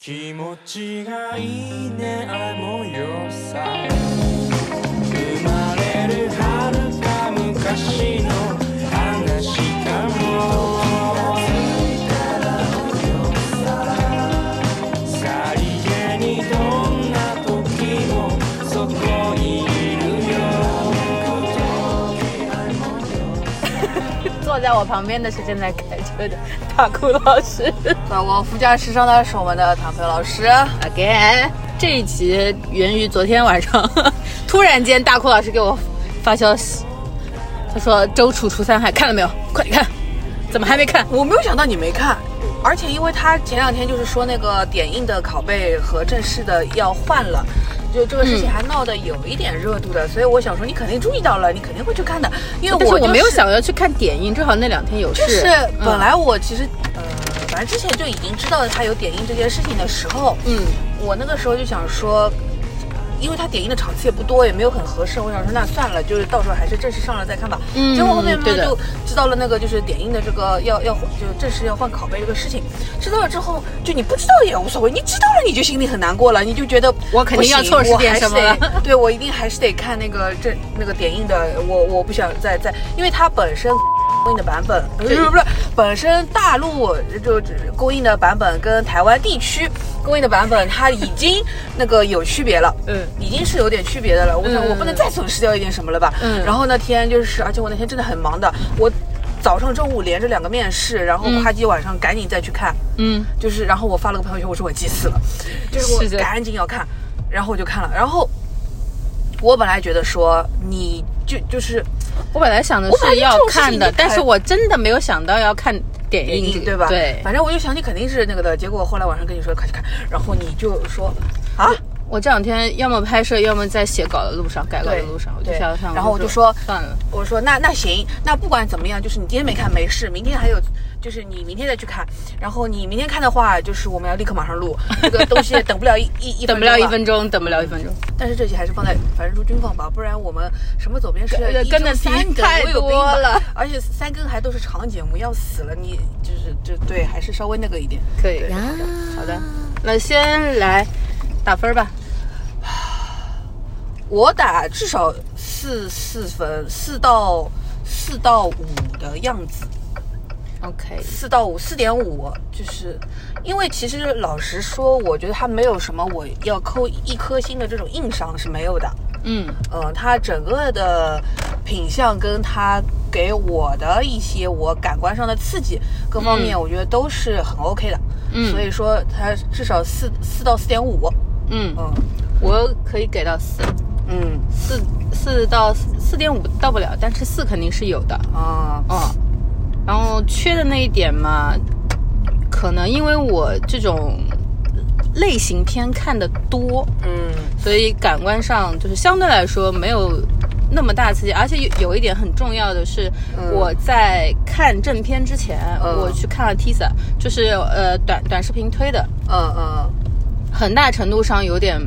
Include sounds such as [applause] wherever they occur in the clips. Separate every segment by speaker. Speaker 1: 気持ちがいいね愛もよさ生まれる遥か昔の話かもさりげにどんな時もそこにいる
Speaker 2: 坐在我旁边的是正在开车的大哭老师。
Speaker 3: 那我副驾驶上的是我们的唐飞老师。
Speaker 2: Again，这一集源于昨天晚上，突然间大哭老师给我发消息，他说周楚除三害看了没有？快点看，怎么还没看？
Speaker 3: 我没有想到你没看，而且因为他前两天就是说那个点映的拷贝和正式的要换了，就这个事情还闹得有一点热度的，所以我想说你肯定注意到了，你肯定会去看的，因为
Speaker 2: 但是
Speaker 3: 我、
Speaker 2: 我没有。想要去看点映，正好那两天有事。
Speaker 3: 就是
Speaker 2: 嗯
Speaker 3: 本来我其实，呃，反正之前就已经知道他有点映这件事情的时候，
Speaker 2: 嗯，
Speaker 3: 我那个时候就想说，因为他点映的场次也不多，也没有很合适，我想说那算了，就是到时候还是正式上了再看吧。
Speaker 2: 嗯
Speaker 3: 结果后面慢
Speaker 2: 对
Speaker 3: 慢
Speaker 2: 的
Speaker 3: 就知道了那个就是点映的这个要要就是正式要换拷贝这个事情，知道了之后，就你不知道也无所谓，你知道了你就心里很难过了，你就觉得
Speaker 2: 我肯定要错失点什么了
Speaker 3: 不行我还是得 [laughs] 对我一定还是得看那个这那个点映的，我我不想再再，因为它本身 [laughs] 供应的版本不是不是不是，本身大陆呃就就供应的版本跟台湾地区供应的版本，它已经那个有区别了，
Speaker 2: 嗯
Speaker 3: 已经是有点区别的了。我想
Speaker 2: 嗯
Speaker 3: 我不能再损失掉一点什么了吧？
Speaker 2: 嗯
Speaker 3: 然后那天就是，而且我那天真的很忙的，我早上中午连着两个面试，然后
Speaker 2: 嗯
Speaker 3: 夸叽晚上赶紧再去看，
Speaker 2: 嗯，
Speaker 3: 就是，然后我发了个朋友圈，我说我急死了，就是
Speaker 2: 是的
Speaker 3: 我赶紧要看，然后我就看了，然后我本来觉得说你就就是
Speaker 2: 我本来想的
Speaker 3: 我本来
Speaker 2: 是
Speaker 3: 就
Speaker 2: 要
Speaker 3: 这种事情
Speaker 2: 看的
Speaker 3: 就，
Speaker 2: 但
Speaker 3: 开
Speaker 2: 是我真的没有想到要看点
Speaker 3: 点
Speaker 2: 映，
Speaker 3: 映对吧？
Speaker 2: 对，
Speaker 3: 反正我就想你肯定是那个的，结果后来晚上跟你说快去看，然后你就说啊，
Speaker 2: 我这两天要么拍摄，要么在写稿的路上、改稿的路上，我
Speaker 3: 对
Speaker 2: 就
Speaker 3: 对
Speaker 2: 想想，
Speaker 3: 然后我就说
Speaker 2: 算了，
Speaker 3: 我说那那行，那不管怎么样，就是你今天没看没事，明天还有，就是你明天再去看，然后你明天看的话，就是我们要立刻马上
Speaker 2: [laughs]
Speaker 3: 录，这个东西也等不了一一一
Speaker 2: 等不了一
Speaker 3: 分钟
Speaker 2: 分钟，等不了一分钟。
Speaker 3: 但是这期还是放在反正陆军放吧，不然我们什么左边是
Speaker 2: 跟
Speaker 3: 一
Speaker 2: 跟的
Speaker 3: 周三
Speaker 2: 题
Speaker 3: 更，
Speaker 2: 太
Speaker 3: 我有病
Speaker 2: 多
Speaker 3: 吧
Speaker 2: 了，
Speaker 3: 而且三更还都是长节目，要死了，你就是就对，还是稍微那个一点。
Speaker 2: 可以，好的，那先来打分吧。
Speaker 3: 我打至少四四分，四到四到五的样子，
Speaker 2: OK，
Speaker 3: 四到五，四点五，就是因为其实老实说，我觉得它没有什么我要扣一颗星的这种硬伤是没有的。
Speaker 2: 嗯
Speaker 3: 嗯，它整个的品相跟它给我的一些我感官上的刺激各方面，
Speaker 2: 嗯
Speaker 3: 我觉得都是很 OK 的。
Speaker 2: 嗯
Speaker 3: 所以说它至少四四到四点五。
Speaker 2: 嗯，
Speaker 3: 嗯
Speaker 2: 我可以给到四，
Speaker 3: 嗯
Speaker 2: 四四到四点五到不了，但是四肯定是有的。
Speaker 3: 啊
Speaker 2: 嗯，然后缺的那一点嘛，可能因为我这种类型片看的多，
Speaker 3: 嗯
Speaker 2: 所以感官上就是相对来说没有那么大刺激，而且有有一点很重要的是，
Speaker 3: 嗯
Speaker 2: 我在看正片之前，
Speaker 3: 嗯
Speaker 2: 我去看了 Tisa，就是呃短短视频推的，
Speaker 3: 嗯嗯
Speaker 2: 很大程度上有点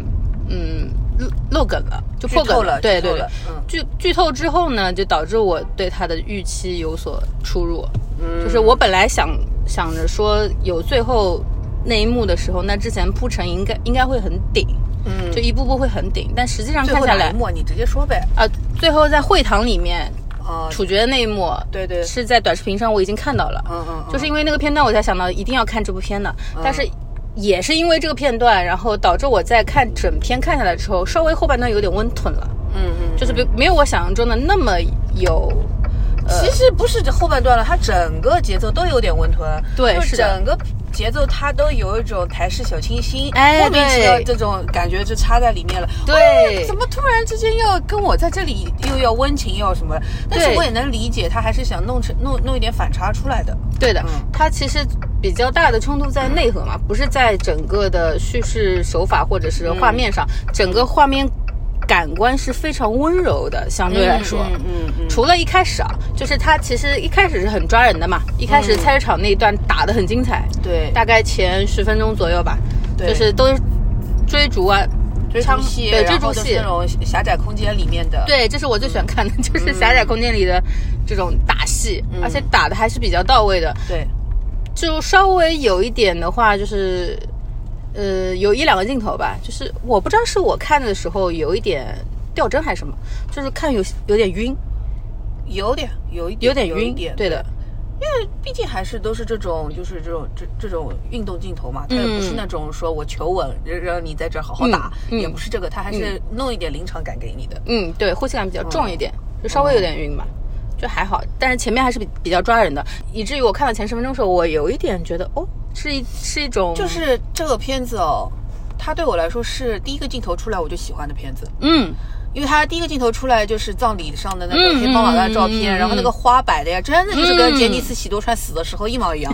Speaker 2: 嗯漏漏梗了，就破
Speaker 3: 剧
Speaker 2: 梗
Speaker 3: 透了
Speaker 2: 对
Speaker 3: 剧透
Speaker 2: 对对
Speaker 3: 了嗯。
Speaker 2: 剧剧透之后呢，就导致我对它的预期有所出入，
Speaker 3: 嗯，
Speaker 2: 就是我本来想想着说有最后那一幕的时候，那之前铺陈应该应该会很顶。
Speaker 3: 嗯
Speaker 2: 就一步步会很顶，但实际上
Speaker 3: 最
Speaker 2: 看
Speaker 3: 后
Speaker 2: 下
Speaker 3: 哪
Speaker 2: 来
Speaker 3: 一，幕啊你直接说呗。
Speaker 2: 啊，最后在会堂里面
Speaker 3: 啊，
Speaker 2: 处决的那一幕，
Speaker 3: 对对
Speaker 2: 是在短视频上我已经看到了，
Speaker 3: 嗯嗯，嗯
Speaker 2: 就是因为那个片段我才想到一定要看这部片的，
Speaker 3: 嗯
Speaker 2: 但是。也是因为这个片段，然后导致我在看整片看下来之后，稍微后半段有点温吞了，
Speaker 3: 嗯嗯，
Speaker 2: 就是没没有我想象中的那么有，呃
Speaker 3: 其实不是后半段了，它整个节奏都有点温吞，
Speaker 2: 对
Speaker 3: 就是
Speaker 2: 的
Speaker 3: 整个节奏它都有一种台式小清新，
Speaker 2: 哎
Speaker 3: 莫名其妙
Speaker 2: 对
Speaker 3: 这种感觉就插在里面了。
Speaker 2: 对
Speaker 3: 哎怎么突然之间要跟我在这里又要温情又要什么？但是
Speaker 2: 对
Speaker 3: 我也能理解，他还是想弄成弄弄一点反差出来的。
Speaker 2: 对的，
Speaker 3: 嗯
Speaker 2: 它其实比较大的冲突在内核嘛，不是在整个的叙事手法或者是画
Speaker 3: 嗯
Speaker 2: 面上，整个画面感官是非常温柔的，相对来说，
Speaker 3: 嗯嗯嗯
Speaker 2: 除了一开始啊，就是他其实一开始是很抓人的嘛，一开
Speaker 3: 嗯
Speaker 2: 始菜市场那一段打得很精彩，
Speaker 3: 对，
Speaker 2: 大概前十分钟左右吧，
Speaker 3: 对
Speaker 2: 就是都是追逐啊，
Speaker 3: 追逐
Speaker 2: 枪
Speaker 3: 戏，
Speaker 2: 对
Speaker 3: 然
Speaker 2: 追
Speaker 3: 后
Speaker 2: 逐
Speaker 3: 就是
Speaker 2: 戏
Speaker 3: 那，种狭窄空间里面的，
Speaker 2: 对，这是我最喜欢看的，就是狭窄空间里的这种打戏，
Speaker 3: 嗯
Speaker 2: 而且打的还是比较到位的，
Speaker 3: 对，
Speaker 2: 就稍微有一点的话，就是呃，有一两个镜头吧，就是我不知道是我看的时候有一点掉帧还是什么，就是看有有点晕，
Speaker 3: 有点有一
Speaker 2: 有点
Speaker 3: 有一
Speaker 2: 晕，
Speaker 3: 点
Speaker 2: 对的，
Speaker 3: 因为毕竟还是都是这种，就是这种这这种运动镜头嘛，它也不是
Speaker 2: 嗯
Speaker 3: 那种说我求稳，让让你在这儿好好打，
Speaker 2: 嗯嗯
Speaker 3: 也不是这个，它还是弄一点临场感给你的。
Speaker 2: 嗯，对，呼吸感比较重一点，就稍微有点晕吧，就还好。但是前面还是比比较抓人的，以至于我看到前十分钟的时候，我有一点觉得，哦，是一是一种，
Speaker 3: 就是这个片子哦，它对我来说是第一个镜头出来我就喜欢的片子，
Speaker 2: 嗯，
Speaker 3: 因为它第一个镜头出来就是葬礼上的那
Speaker 2: 嗯
Speaker 3: 个黑帮老大的照片，
Speaker 2: 嗯嗯嗯嗯
Speaker 3: 然后那个花摆的呀，真的就是跟杰尼斯喜多川死的时候一毛一样。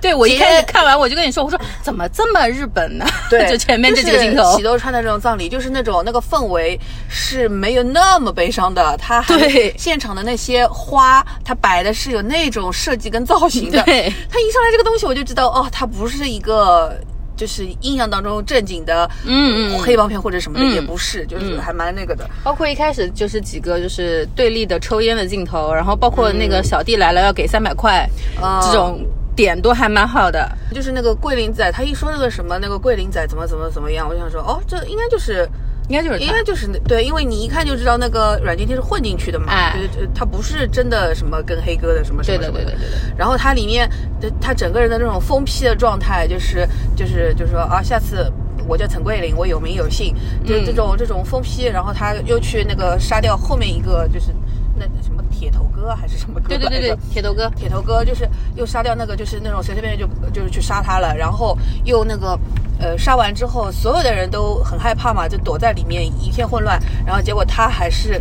Speaker 2: 对我一
Speaker 3: 其
Speaker 2: 开始
Speaker 3: 实
Speaker 2: 看完我就跟你说，我说怎么这么日本呢？
Speaker 3: [laughs]
Speaker 2: [laughs] 就前面这几个
Speaker 3: 就是
Speaker 2: 镜头
Speaker 3: 喜，多川的这种葬礼，就是那种那个氛围是没有那么悲伤的，它还
Speaker 2: 对
Speaker 3: 现场的那些花，它摆的是有那种设计跟造型的。
Speaker 2: [laughs] 对
Speaker 3: 它一上来这个东西，我就知道哦，它不是一个。就是印象当中正经的，
Speaker 2: 嗯嗯
Speaker 3: 黑帮片或者什么的、
Speaker 2: 嗯
Speaker 3: 也不是，就是还蛮那个的。
Speaker 2: 包括一开始就是几个就是对立的抽烟的镜头，然后包括那个小弟来了要给三百块、
Speaker 3: 啊
Speaker 2: 这种点都还蛮好的，
Speaker 3: 就是那个桂林仔，他一说那个什么那个桂林仔怎么怎么怎么样，我就想说，哦，这应该就是
Speaker 2: 应该就是
Speaker 3: 应
Speaker 2: 他
Speaker 3: 该就是那对，因为你一看就知道那个软件贴是混进去的嘛，
Speaker 2: 哎
Speaker 3: 对，对他不是真的什么跟黑哥的什么什
Speaker 2: 对
Speaker 3: 么
Speaker 2: 的
Speaker 3: 什么
Speaker 2: 对的对的
Speaker 3: 然后他里面，对他整个人的这种疯批的状态，就是就是就是说啊，下次我叫陈桂林，我有名有姓，就
Speaker 2: 嗯
Speaker 3: 这种、这种疯批。然后他又去那个杀掉后面一个，就是那什么铁头哥还是什么哥
Speaker 2: 对对对
Speaker 3: 来
Speaker 2: 对
Speaker 3: 着，
Speaker 2: 铁头哥，
Speaker 3: 铁头哥就是又杀掉那个，就是那种随随便便就呃就是去杀他了，然后又那个呃杀完之后，所有的人都很害怕嘛，就躲在里面一片混乱，然后结果他还是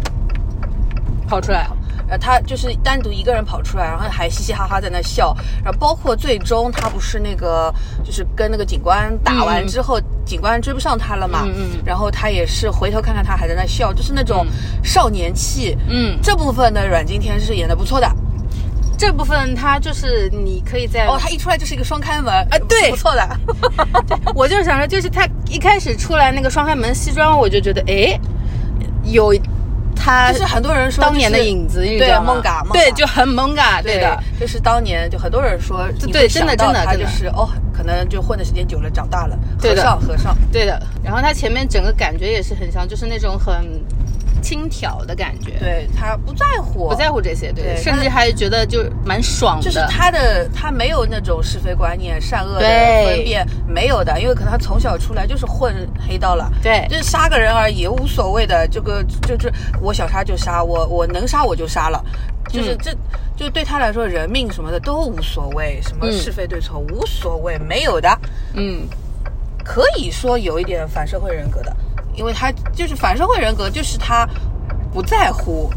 Speaker 2: 跑出来，
Speaker 3: 呃他就是单独一个人跑出来，然后还嘻嘻哈哈在那笑，然后包括最终他不是那个就是跟那个警官打完之后，警官追不上他了嘛，
Speaker 2: 嗯嗯
Speaker 3: 然后他也是回头看看他还在那笑，就是那种少年气，
Speaker 2: 嗯，
Speaker 3: 这部分的阮经天是演的不错的。
Speaker 2: 这部分他就是你可以在
Speaker 3: 哦，他一出来就是一个双开门，
Speaker 2: 啊对
Speaker 3: 不错的。
Speaker 2: 我就是想说，就是他一开始出来那个双开门西装，我就觉得哎，有他
Speaker 3: 就是很多人说、
Speaker 2: 当年的影子，你知
Speaker 3: 对
Speaker 2: 道吗
Speaker 3: 蒙嘎，
Speaker 2: 对，就很蒙嘎，
Speaker 3: 对
Speaker 2: 的，，
Speaker 3: 就是当年就很多人说，你
Speaker 2: 对
Speaker 3: 会
Speaker 2: 真
Speaker 3: 想
Speaker 2: 的
Speaker 3: 到
Speaker 2: 真的
Speaker 3: 他
Speaker 2: 真
Speaker 3: 就
Speaker 2: 的
Speaker 3: 是哦，可能就混的时间久了，长大了，
Speaker 2: 对
Speaker 3: 和
Speaker 2: 的
Speaker 3: 尚和尚，
Speaker 2: 对的。然后他前面整个感觉也是很像，就是那种很轻佻的感觉，
Speaker 3: 对他不在乎，
Speaker 2: 不在乎这些，对，
Speaker 3: 对
Speaker 2: 甚至
Speaker 3: 他
Speaker 2: 还觉得就蛮爽的，
Speaker 3: 就是他的他没有那种是非观念、善恶的
Speaker 2: 对
Speaker 3: 分辨，没有的，因为可能他从小出来就是混黑道了，
Speaker 2: 对
Speaker 3: 就是杀个人而已，无所谓的。这个就是我想杀就杀，我我能杀我就杀了，就是
Speaker 2: 嗯
Speaker 3: 这、就对他来说，人命什么的都无所谓，什么
Speaker 2: 嗯
Speaker 3: 是非对错、无所谓，没有的。
Speaker 2: 嗯，
Speaker 3: 可以说有一点反社会人格的，因为他就是反社会人格，就是他不在乎。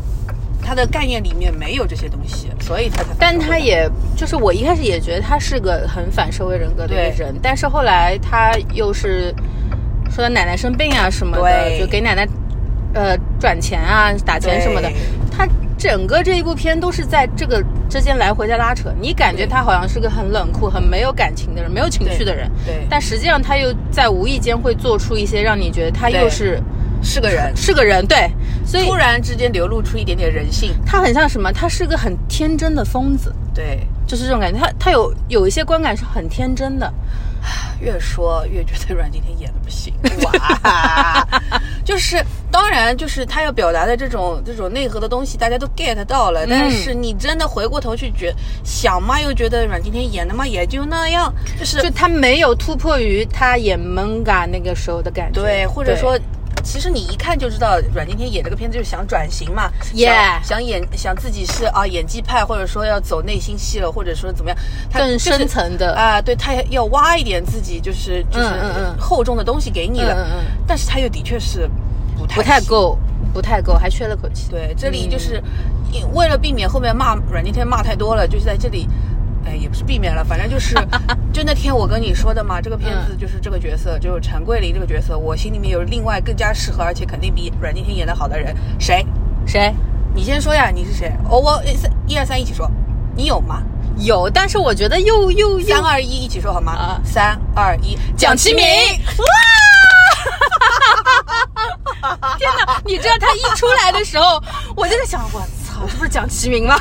Speaker 3: 他的概念里面没有这些东西，所以他才反社会
Speaker 2: 但
Speaker 3: 人格。
Speaker 2: 他也就是我一开始也觉得他是个很反社会人格的一个
Speaker 3: 对
Speaker 2: 人，但是后来他又是说他奶奶生病啊什么的，
Speaker 3: 对
Speaker 2: 就给奶奶呃转钱啊、打钱什么的
Speaker 3: 对。
Speaker 2: 他整个这一部片都是在这个之间来回在拉扯，你感觉
Speaker 3: 对
Speaker 2: 他好像是个很冷酷、很没有感情的人，没有情绪的人，
Speaker 3: 对对
Speaker 2: 但实际上他又在无意间会做出一些让你觉得他又
Speaker 3: 对
Speaker 2: 是
Speaker 3: 是个人，
Speaker 2: 是个人，对，所以
Speaker 3: 突然之间流露出一点点人性。
Speaker 2: 他很像什么？他是个很天真的疯子。
Speaker 3: 对，
Speaker 2: 就是这种感觉。他他有有一些观感是很天真的，
Speaker 3: 越说越觉得阮经天演的不行。 [laughs] 哇，就是当然就是他要表达的这种这种内核的东西，大家都 get 到了。但是你真的回过头去觉想嘛，又觉得阮经天演的嘛也就那样，就是
Speaker 2: 就他没有突破于他演蒙嘎那个时候的感觉，
Speaker 3: 对，或者说。其实你一看就知道，阮经天演这个片子就是想转型嘛
Speaker 2: Yeah
Speaker 3: 想想演想自己是啊演技派，或者说要走内心戏了，或者说怎么样，他
Speaker 2: 更
Speaker 3: 就是
Speaker 2: 深层的
Speaker 3: 啊、对他要挖一点自己就是就是
Speaker 2: 嗯嗯嗯
Speaker 3: 厚重的东西给你了，
Speaker 2: 嗯嗯嗯
Speaker 3: 但是他又的确是不太
Speaker 2: 不太
Speaker 3: 行
Speaker 2: 够，不太够，还缺了口气。
Speaker 3: 对，这里就是因为了避免后面骂阮经天骂太多了，就是在这里，哎，也不是避免了，反正就是， [laughs] 就那天我跟你说的嘛，这个片子就是这个角色，就是陈桂林这个角色，我心里面有另外更加适合，而且肯定比阮经天演的好的人，谁？
Speaker 2: 谁
Speaker 3: 你先说呀，你是谁？哦，我一三一二三一起说，你有吗？
Speaker 2: 有？但是我觉得又又又
Speaker 3: 三二一一起说好吗
Speaker 2: 啊？
Speaker 3: 三二一，
Speaker 2: 蒋奇
Speaker 3: 奇
Speaker 2: 明，哇！ [laughs] 天哪！你知道他一出来的时候，我就在 [laughs] 想，我操，这不是蒋奇明吗？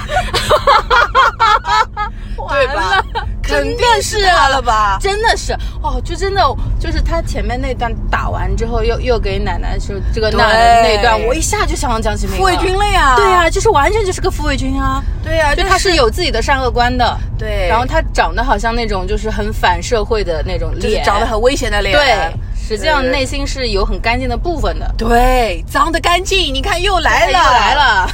Speaker 3: 对吧？肯
Speaker 2: 真
Speaker 3: 定
Speaker 2: 的
Speaker 3: 是他了吧？
Speaker 2: 真的是哦，就真的就是他前面那段打完之后，又又给奶奶说这个那
Speaker 3: 对
Speaker 2: 那段，我一下就想到江启明
Speaker 3: 傅卫军了呀
Speaker 2: 对呀、就是完全就是个傅卫军啊，
Speaker 3: 对呀
Speaker 2: 就
Speaker 3: 就
Speaker 2: 他是有自己的善恶观的，
Speaker 3: 对
Speaker 2: 然后他长得好像那种就是很反社会的那种脸，
Speaker 3: 就是长得很危险的脸，啊
Speaker 2: 对，实际上
Speaker 3: 对
Speaker 2: 内心是有很干净的部分的。
Speaker 3: 对脏的干净，你看又来
Speaker 2: 哎又
Speaker 3: 了，
Speaker 2: 来，了，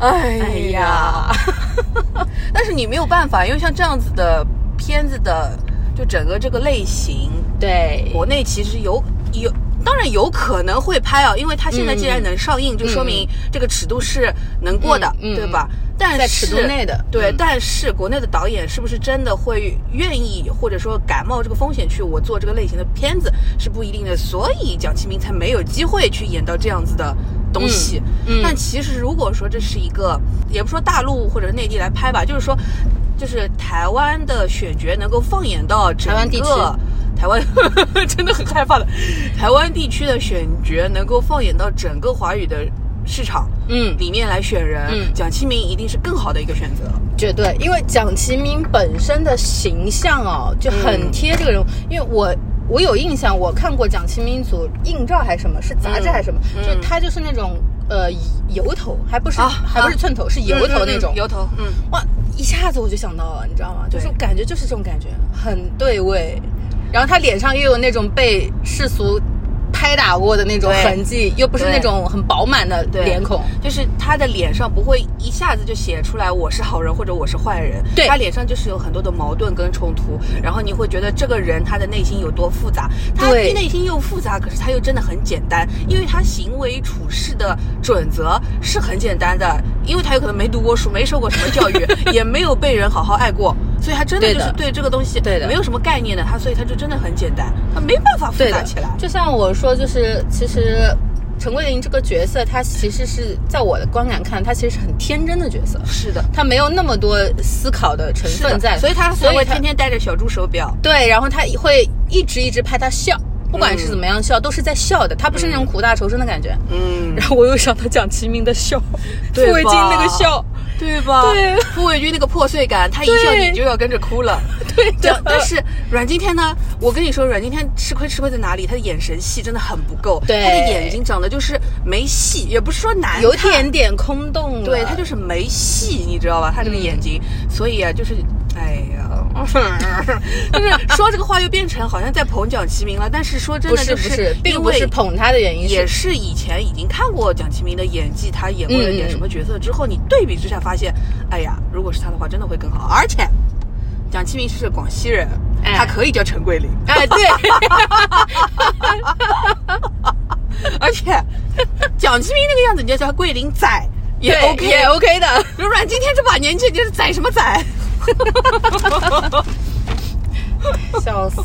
Speaker 3: 哎
Speaker 2: 哎
Speaker 3: 呀
Speaker 2: [laughs] 呀，，
Speaker 3: 但是你没有办法，因为像这样子的片子的，就整个这个类型，
Speaker 2: 对，
Speaker 3: 国内其实有有。当然有可能会拍啊，因为它现在既然能上映，就说明这个尺度是能过的，
Speaker 2: 嗯嗯嗯
Speaker 3: 对吧？但是
Speaker 2: 在尺度内的
Speaker 3: 对，
Speaker 2: 嗯
Speaker 3: 但是国内的导演是不是真的会愿意，或者说敢冒这个风险去我做这个类型的片子是不一定的，所以蒋奇明才没有机会去演到这样子的东西。
Speaker 2: 嗯嗯
Speaker 3: 但其实如果说这是一个，也不说大陆或者内地来拍吧，就是说，就是台湾的选角能够放眼到整
Speaker 2: 台湾地区
Speaker 3: 个台湾 [laughs] 真的很害怕的。台湾地区的选角能够放眼到整个华语的市场
Speaker 2: 嗯，
Speaker 3: 里面来选人，
Speaker 2: 嗯
Speaker 3: 蒋奇明一定是更好的一个选择。
Speaker 2: 绝对，因为蒋奇明本身的形象哦，就
Speaker 3: 嗯
Speaker 2: 很贴这个人物。因为我我有印象，我看过蒋奇明组映照还是什么，是杂志还是什么，
Speaker 3: 嗯
Speaker 2: 就是他就是那种呃油头，还不是、
Speaker 3: 啊
Speaker 2: 还不是寸头，是油头那种。
Speaker 3: 油头，嗯，
Speaker 2: 哇，一下子我就想到了，你知道吗？就
Speaker 3: 对
Speaker 2: 是感觉就是这种感觉，很对味。然后他脸上又有那种被世俗拍打过的那种
Speaker 3: 对
Speaker 2: 痕迹，又不是
Speaker 3: 对
Speaker 2: 那种很饱满的
Speaker 3: 对，
Speaker 2: 脸孔。
Speaker 3: 就是他的脸上不会一下子就写出来我是好人或者我是坏人，
Speaker 2: 对
Speaker 3: 他脸上就是有很多的矛盾跟冲突，然后你会觉得这个人他的内心有多复杂，他
Speaker 2: 对
Speaker 3: 内心又复杂，可是他又真的很简单，因为他行为处事的准则是很简单的，因为他有可能没读过书，没受过什么教育，
Speaker 2: [laughs]
Speaker 3: 也没有被人好好爱过，所以他真的
Speaker 2: 对
Speaker 3: 就
Speaker 2: 的
Speaker 3: 是对这个东西
Speaker 2: 对的
Speaker 3: 没有什么概念的，他所以他就真的很简单，他没办法复
Speaker 2: 对
Speaker 3: 杂
Speaker 2: 的
Speaker 3: 起来，
Speaker 2: 就像我说，就是其实陈桂林这个角色，她其实是在我的观感看，她其实是很天真的角色，
Speaker 3: 是的。
Speaker 2: 她没有那么多思考的成
Speaker 3: 是的
Speaker 2: 分在，
Speaker 3: 所以他才
Speaker 2: 所以
Speaker 3: 会
Speaker 2: 她
Speaker 3: 天天戴着小猪手表。
Speaker 2: 对，然后她会一直一直拍她笑，不管是
Speaker 3: 嗯
Speaker 2: 怎么样笑，都是在笑的，她不是那种苦大仇深的感觉。
Speaker 3: 嗯，
Speaker 2: 然后我又想到蒋奇明的笑，傅
Speaker 3: 对吧
Speaker 2: 卫军那个笑，
Speaker 3: 对吧？
Speaker 2: 对
Speaker 3: 傅卫军那个破碎感，他一笑
Speaker 2: 对
Speaker 3: 你就要跟着
Speaker 2: [laughs]
Speaker 3: 哭了。
Speaker 2: [laughs] 对
Speaker 3: 但
Speaker 2: 的，
Speaker 3: 但是阮经天呢，我跟你说，阮经天吃亏吃亏在哪里？他的眼神戏真的很不够，
Speaker 2: 对
Speaker 3: 他的眼睛长得就是没戏，也不是说难看，
Speaker 2: 有点点空洞了。
Speaker 3: 对他就是没戏，你知道吧？他这个眼睛，
Speaker 2: 嗯
Speaker 3: 所以啊，就是哎
Speaker 2: [laughs]
Speaker 3: 呀，就是说这个话又变成好像在捧蒋奇明了，但是说真
Speaker 2: 不
Speaker 3: 的
Speaker 2: 是
Speaker 3: 就
Speaker 2: 不是，并
Speaker 3: 因
Speaker 2: 不
Speaker 3: 为
Speaker 2: 是捧他的原因，
Speaker 3: 也
Speaker 2: 是
Speaker 3: 是以前已经看过蒋奇明的演技，他演过了点什么角色之后，你对比之下发现，哎呀，如果是他的话，真的会更好。而且，蒋奇明是广西人，
Speaker 2: 哎
Speaker 3: 他可以叫陈桂林，
Speaker 2: [laughs] 哎对，
Speaker 3: [laughs]
Speaker 2: [laughs]
Speaker 3: 而且蒋奇明那个样子，你就叫他桂林仔也
Speaker 2: 对
Speaker 3: OK。
Speaker 2: 也 OK 的。
Speaker 3: 柔软今天这把年纪，你是宰什么宰？
Speaker 2: 笑死！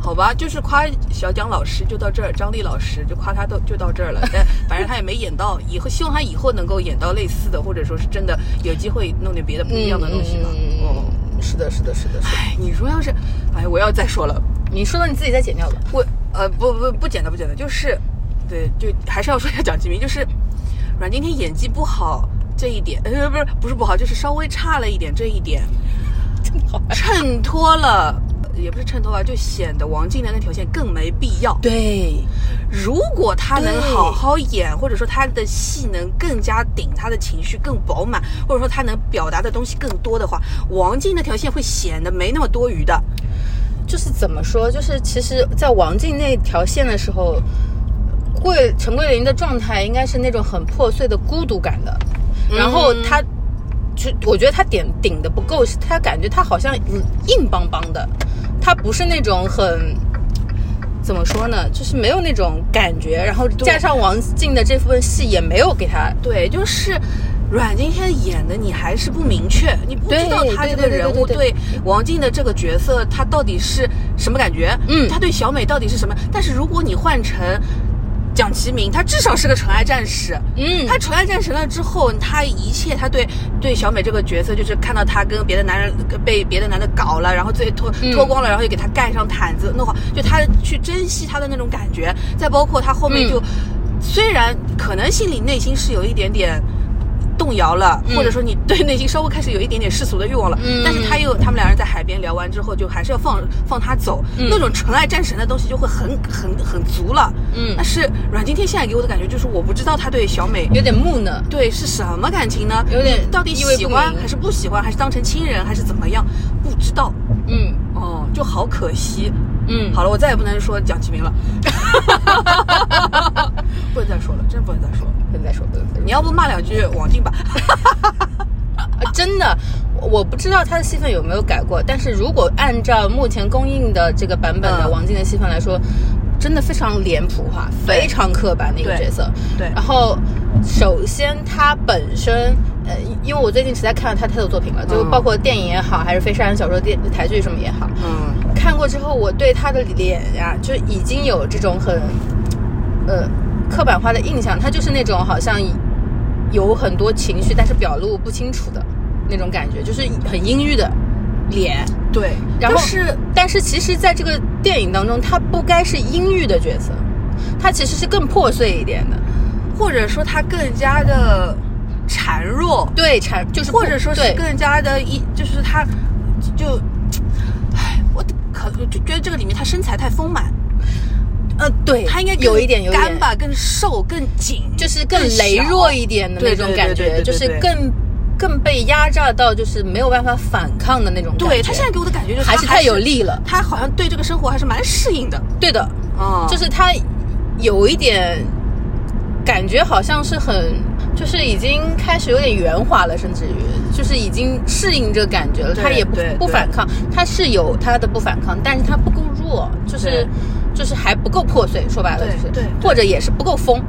Speaker 3: 好吧，就是夸小蒋老师就到这儿，张丽老师就夸他到就到这儿了。但反正他也没演到，以后希望他以后能够演到类似的，或者说是真的有机会弄点别的不一样的东西吧。
Speaker 2: 嗯
Speaker 3: 哦，
Speaker 2: 是的，是的，是的，是的。
Speaker 3: 哎，你说要是，哎，我要再说了，
Speaker 2: 你说的你自己再剪掉吧。
Speaker 3: 我呃不不不简单不简单，就是，对，就还是要说一下蒋奇明，就是阮经天演技不好这一点，呃不是不是不好，就是稍微差了一点这一点，衬托了。也不是衬托吧，就显得王静的那条线更没必要。
Speaker 2: 对，
Speaker 3: 如果他能
Speaker 2: 对
Speaker 3: 好好演，或者说他的戏能更加顶，他的情绪更饱满，或者说他能表达的东西更多的话，王静那条线会显得没那么多余的。
Speaker 2: 就是怎么说，就是其实，在王静那条线的时候，桂陈桂林的状态应该是那种很破碎的孤独感的。然后他，就我觉得他点顶的不够，是他感觉他好像硬邦邦的，他不是那种很。怎么说呢？就是没有那种感觉，然后加上王静的这部分戏也没有给他
Speaker 3: 对，就是阮经天演的，你还是不明确，你不知
Speaker 2: 对
Speaker 3: 道他
Speaker 2: 对
Speaker 3: 这个
Speaker 2: 对对
Speaker 3: 人
Speaker 2: 对
Speaker 3: 物
Speaker 2: 对
Speaker 3: 对王静的这个角色他到底是什么感觉，
Speaker 2: 嗯
Speaker 3: 他对小美到底是什么？但是如果你换成蒋奇明，他至少是个纯爱战士，
Speaker 2: 嗯
Speaker 3: 他纯爱战神了之后，他一切他对对小美这个角色，就是看到她跟别的男人被别的男的搞了，然后最脱
Speaker 2: 嗯
Speaker 3: 脱光了，然后又给她盖上毯子弄好，就他去珍惜他的那种感觉。
Speaker 2: 嗯
Speaker 3: 再包括他后面就，虽然可能心里内心是有一点点。动摇了，
Speaker 2: 嗯
Speaker 3: 或者说你对内心稍微开始有一点点世俗的欲望了，
Speaker 2: 嗯
Speaker 3: 但是他又他们两人在海边聊完之后，就还是要放放他走，
Speaker 2: 嗯
Speaker 3: 那种纯爱战神的东西就会很很很足了。
Speaker 2: 嗯
Speaker 3: 但是阮经天现在给我的感觉就是，我不知道他对小美
Speaker 2: 有点木讷。
Speaker 3: 对是什么感情呢？
Speaker 2: 有点
Speaker 3: 你到底
Speaker 2: 意味不
Speaker 3: 喜欢
Speaker 2: 明
Speaker 3: 还是不喜欢，还是当成亲人还是怎么样？不知道
Speaker 2: 嗯
Speaker 3: 哦，就好可惜。
Speaker 2: 嗯，
Speaker 3: 好了，我再也不能说蒋奇
Speaker 2: [laughs]
Speaker 3: 明了，不能再说了，真不能再说了。
Speaker 2: 不能再说，不能再说
Speaker 3: 你。要不骂两句
Speaker 2: [laughs]
Speaker 3: 王静吧？
Speaker 2: 啊，真的，我我不知道他的戏份有没有改过，但是如果按照目前公映的这个版本的
Speaker 3: 嗯
Speaker 2: 王晶的戏份来说，真的非常脸谱化，
Speaker 3: 对
Speaker 2: 非常刻板的一个
Speaker 3: 对
Speaker 2: 角色。
Speaker 3: 对
Speaker 2: 然后，首先他本身，呃，因为我最近实在看了他太多作品了，就
Speaker 3: 嗯
Speaker 2: 包括电影也好，还是非杀人小说、电台剧什么也好，
Speaker 3: 嗯
Speaker 2: 看过之后，我对他的脸呀、就已经有这种很，呃，刻板化的印象。他就是那种好像有很多情绪，但是表露不清楚的那种感觉，就是很阴郁的脸。，
Speaker 3: 对。
Speaker 2: 然后
Speaker 3: 但是，
Speaker 2: 但是其实在这个电影当中，他不该是阴郁的角色，他其实是更破碎一点的。
Speaker 3: 或者说他更加的孱弱，
Speaker 2: 对，产就是不
Speaker 3: 或者说是
Speaker 2: 对
Speaker 3: 更加的一，就是他就，唉，我可就觉得这个里面他身材太丰满，
Speaker 2: 呃对，
Speaker 3: 他应该更
Speaker 2: 有一点有一点
Speaker 3: 干吧，更瘦更紧，
Speaker 2: 就是更
Speaker 3: 小
Speaker 2: 羸弱一点的那种感觉，
Speaker 3: 对对对对对
Speaker 2: 就是
Speaker 3: 对
Speaker 2: 更更被压榨到就是没有办法反抗的那种感觉。
Speaker 3: 对他现在给我的感觉就是他
Speaker 2: 还是太有力了。
Speaker 3: 他好像对这个生活还是蛮适应的，
Speaker 2: 对的，
Speaker 3: 啊
Speaker 2: 就是他有一点感觉好像是很，就是已经开始有点圆滑了，甚至于就是已经适应这个感觉了。
Speaker 3: 对
Speaker 2: 他也不
Speaker 3: 对
Speaker 2: 不
Speaker 3: 对
Speaker 2: 反抗，他是有他的不反抗，但是他不够弱，就是
Speaker 3: 对
Speaker 2: 就是还不够破碎。说白了就是，
Speaker 3: 对对对
Speaker 2: 或者也是不够疯，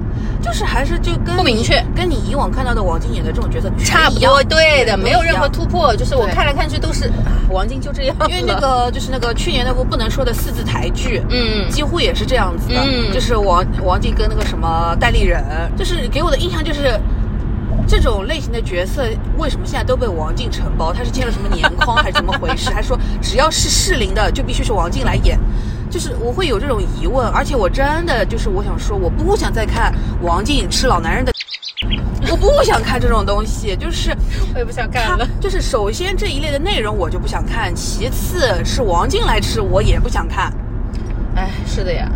Speaker 3: 就是还是就跟
Speaker 2: 不明
Speaker 3: 你
Speaker 2: 确
Speaker 3: 跟你以往看到的王晶演的这种角色全
Speaker 2: 差不
Speaker 3: 一样
Speaker 2: 多对的，
Speaker 3: 都
Speaker 2: 没有
Speaker 3: 一
Speaker 2: 任
Speaker 3: 样
Speaker 2: 何突破。就是我
Speaker 3: 对
Speaker 2: 看来看去都是啊王晶就这样了，
Speaker 3: 因为那个就是那个去年那部不能说的四字台剧，
Speaker 2: [laughs] 嗯
Speaker 3: 几乎也是这样子的，
Speaker 2: 嗯
Speaker 3: 就是王王静跟那个什么戴立人，就是给我的印象就是。这种类型的角色为什么现在都被王静承包？他是签了什么年框还是怎么回事？还说只要是适龄的就必须是王静来演，就是我会有这种疑问，而且我真的就是我想说，我不想再看王静吃老男人的， [laughs] 我不想看这种东西，就是
Speaker 2: 我也不想
Speaker 3: 他。就是首先这一类的内容我就不想看，其次是王静来吃我也不想看。
Speaker 2: 哎，是的呀。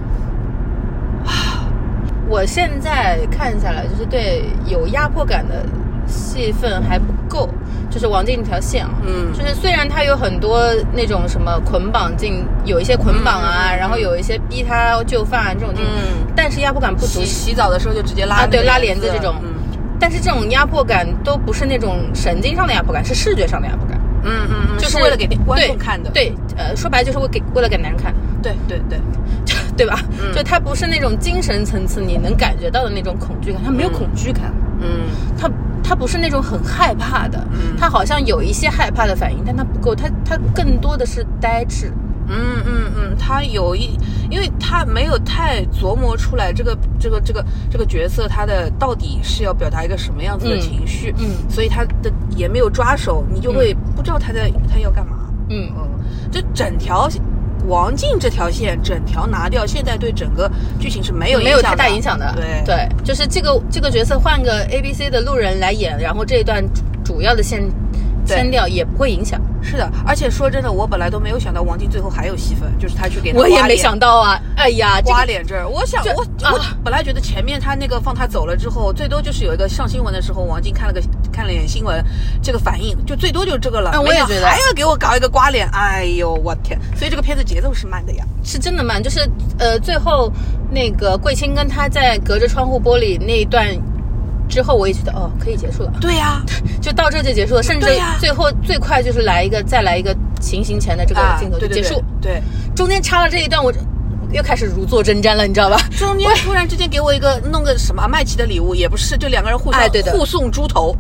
Speaker 2: 我现在看下来，就是对有压迫感的戏份还不够，就是王静这条线啊，
Speaker 3: 嗯
Speaker 2: 就是虽然他有很多那种什么捆绑镜，有一些捆绑啊，然后有一些逼他就范啊这种镜，
Speaker 3: 嗯
Speaker 2: 但是压迫感不足
Speaker 3: 洗。洗澡的时候就直接拉
Speaker 2: 啊对
Speaker 3: 那个
Speaker 2: 拉帘子这种
Speaker 3: 嗯
Speaker 2: 但是这种压迫感都不是那种神经上的压迫感，是视觉上的压迫感，
Speaker 3: 嗯嗯嗯，
Speaker 2: 就
Speaker 3: 就是为了给观众看的。
Speaker 2: 对，对呃，说白了就是为给为了给男人看的。
Speaker 3: 对对对，
Speaker 2: 对吧？
Speaker 3: 嗯
Speaker 2: 就他不是那种精神层次你能感觉到的那种恐惧感，他没有
Speaker 3: 嗯
Speaker 2: 恐惧感，
Speaker 3: 嗯
Speaker 2: 他他不是那种很害怕的，
Speaker 3: 嗯
Speaker 2: 他好像有一些害怕的反应，但他不够，他他更多的是呆滞。
Speaker 3: 嗯嗯嗯，他有一，因为他没有太琢磨出来这个这个这个这个角色他的到底是要表达一个什么样子的
Speaker 2: 嗯
Speaker 3: 情绪，
Speaker 2: 嗯
Speaker 3: 所以他的也没有抓手，你就会不知道他在、他要干嘛。
Speaker 2: 嗯，
Speaker 3: 嗯，就整条王静这条线整条拿掉，现在对整个剧情是没有
Speaker 2: 没有
Speaker 3: 影
Speaker 2: 太
Speaker 3: 响的
Speaker 2: 大影响的。
Speaker 3: 对，
Speaker 2: 就是这个这个角色换个 A B C 的路人来演，然后这一段主主要的线
Speaker 3: 对
Speaker 2: 删掉也不会影响。
Speaker 3: 是的。而且说真的，我本来都没有想到王静最后还有戏份，就是他去给他
Speaker 2: 我也
Speaker 3: 刮
Speaker 2: 没
Speaker 3: 脸
Speaker 2: 想到啊，哎呀，这
Speaker 3: 刮
Speaker 2: 个
Speaker 3: 脸这儿，我想
Speaker 2: 这
Speaker 3: 我
Speaker 2: 啊
Speaker 3: 我本来觉得前面他那个放他走了之后，最多就是有一个上新闻的时候，王静看了个看了眼新闻，这个反应就最多就这个了。
Speaker 2: 嗯
Speaker 3: 没
Speaker 2: 我也
Speaker 3: 想
Speaker 2: 觉得
Speaker 3: 还要给我搞一个刮脸，哎呦我天！所以这个片子节奏是慢的呀。
Speaker 2: 是真的慢，就是呃，最后那个桂清跟他在隔着窗户玻璃那一段之后，我也觉得哦，可以结束了，
Speaker 3: 对呀、
Speaker 2: 就到这就结束了，甚至
Speaker 3: 对呀
Speaker 2: 最后最快就是来一个再来一个行刑前的这
Speaker 3: 这
Speaker 2: 个镜头就结束，
Speaker 3: 啊对。对
Speaker 2: 中间插了这一段，我又开始如坐针毡了，你知道吧？
Speaker 3: 中间突然之间给我一个弄个什么麦琪的礼物，也不是，就两个人互相、
Speaker 2: 哎对的
Speaker 3: 互送
Speaker 2: [laughs]
Speaker 3: 猪头，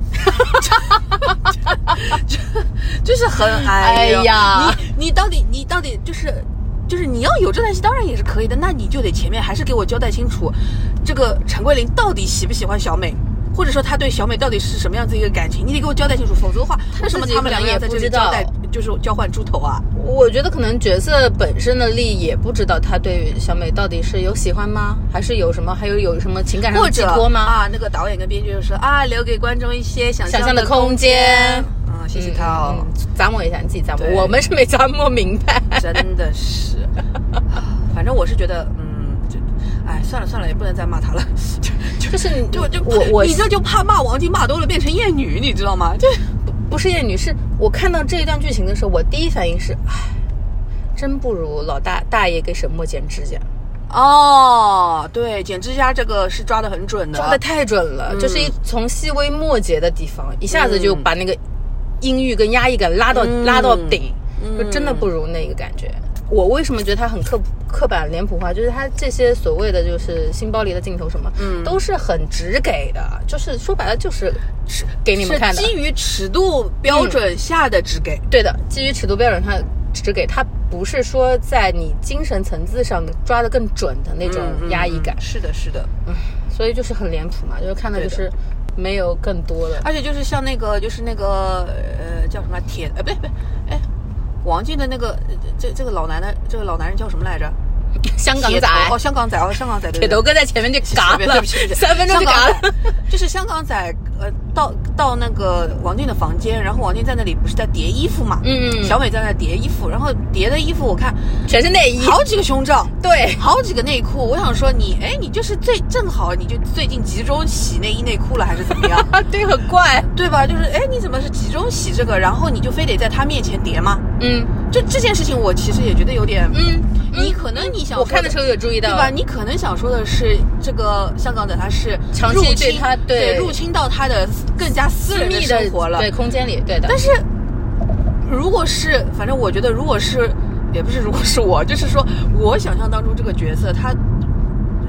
Speaker 3: 就就是很
Speaker 2: 哎
Speaker 3: 哎
Speaker 2: 呀，
Speaker 3: 你你到底你到底就是就是你要有这段戏当然也是可以的，那你就得前面还是给我交代清楚，这个陈桂林到底喜不喜欢小美。或者说他对小美到底是什么样子一个感情，你得给我交代清楚，否则的话，为什么
Speaker 2: 自己
Speaker 3: 他们
Speaker 2: 可
Speaker 3: 两
Speaker 2: 能
Speaker 3: 个
Speaker 2: 也
Speaker 3: 人在
Speaker 2: 不
Speaker 3: 这
Speaker 2: 知
Speaker 3: 里
Speaker 2: 道
Speaker 3: 交代就是交换猪头啊？
Speaker 2: 我觉得可能角色本身的利益也不知道他对小美到底是有喜欢吗，还是有什么，还有有什么情感上
Speaker 3: 或
Speaker 2: 的寄
Speaker 3: 者
Speaker 2: 托吗？
Speaker 3: 啊，那个导演跟编剧就说啊，留给观众一些想
Speaker 2: 啊想象
Speaker 3: 的
Speaker 2: 的空
Speaker 3: 间
Speaker 2: 间。
Speaker 3: 嗯，谢谢他哦。
Speaker 2: 嗯，咂摸一下，你自己咂
Speaker 3: 对
Speaker 2: 摸，我们是没咂摸明白。
Speaker 3: 真的是，啊反正我是觉得，嗯，就，哎，算了算了，也不能再骂他了， [laughs] 就就
Speaker 2: 就是你
Speaker 3: 就就
Speaker 2: 我我
Speaker 3: 你这就怕骂王晶骂多了变成艳女，你知道
Speaker 2: [laughs]
Speaker 3: 吗？就
Speaker 2: 不是艳女，是我看到这一段剧情的时候，我第一反应是，唉，真不如老大大爷给沈墨剪指甲，
Speaker 3: 哦，对，剪指甲这个是抓的很准的，
Speaker 2: 抓的太准了，
Speaker 3: 嗯
Speaker 2: 就是一从细微末节的地方，一下子就
Speaker 3: 嗯
Speaker 2: 把那个阴郁跟压抑感拉到、
Speaker 3: 嗯
Speaker 2: 拉到顶，
Speaker 3: 嗯
Speaker 2: 就真的不如那个感觉。我为什么觉得他很刻刻板脸谱化？就是他这些所谓的就是心包里的镜头什么，
Speaker 3: 嗯
Speaker 2: 都是很直给的，就是说白了就是是给你们看的
Speaker 3: 是，基于尺度标准下的只给。
Speaker 2: 对的，基于尺度标准上只给它不是说在你精神层次上抓的更准的那种
Speaker 3: 嗯
Speaker 2: 压抑感，
Speaker 3: 嗯是的，是的，
Speaker 2: 所以就是很脸谱嘛，就是看的
Speaker 3: 对
Speaker 2: 就
Speaker 3: 的
Speaker 2: 是没有更多的。
Speaker 3: 而且就是像那个，就是那个呃，叫什么铁，呃，不对不对，哎，王静的那个呃这这个老男的这个老男人叫什么来着？
Speaker 2: 香港
Speaker 3: 铁
Speaker 2: 仔
Speaker 3: 头，哦， [laughs] 香港仔哦，香港仔，
Speaker 2: 铁
Speaker 3: 对对对
Speaker 2: 头哥在前面就嘎
Speaker 3: 对
Speaker 2: 了
Speaker 3: 不起对不起，
Speaker 2: 三分钟就嘎了。
Speaker 3: 香港仔 [laughs] 就是香港仔，呃，到到那个王静的房间，然后王静在那里不是在叠衣服嘛，
Speaker 2: 嗯
Speaker 3: 小美在那叠衣服，然后叠的衣服我看
Speaker 2: 全是内衣，
Speaker 3: 好几个胸罩，
Speaker 2: 对，
Speaker 3: 好几个内裤，我想说你，哎，你就是最正好，你就最近集中洗内衣内裤了，还是怎么样？ [laughs]
Speaker 2: 啊对，很怪，
Speaker 3: 对吧？就是哎，你怎么是集中洗这个，然后你就非得在他面前叠吗？
Speaker 2: 嗯
Speaker 3: 就这件事情，我其实也觉得有点，
Speaker 2: 嗯，
Speaker 3: 你可能你想
Speaker 2: 我看的时
Speaker 3: 候。
Speaker 2: 候有注意
Speaker 3: 对
Speaker 2: 到，
Speaker 3: 吧？你可能想说的是，这个香港仔他是
Speaker 2: 长期
Speaker 3: 入
Speaker 2: 对
Speaker 3: 侵
Speaker 2: 他对
Speaker 3: 入侵到他的更加私
Speaker 2: 私
Speaker 3: 人
Speaker 2: 密
Speaker 3: 生活了。
Speaker 2: 对空间里，对的
Speaker 3: 但，是如果是，反正我觉得，如果是，也不是，如果是我，就是说我想象当中这个角色，他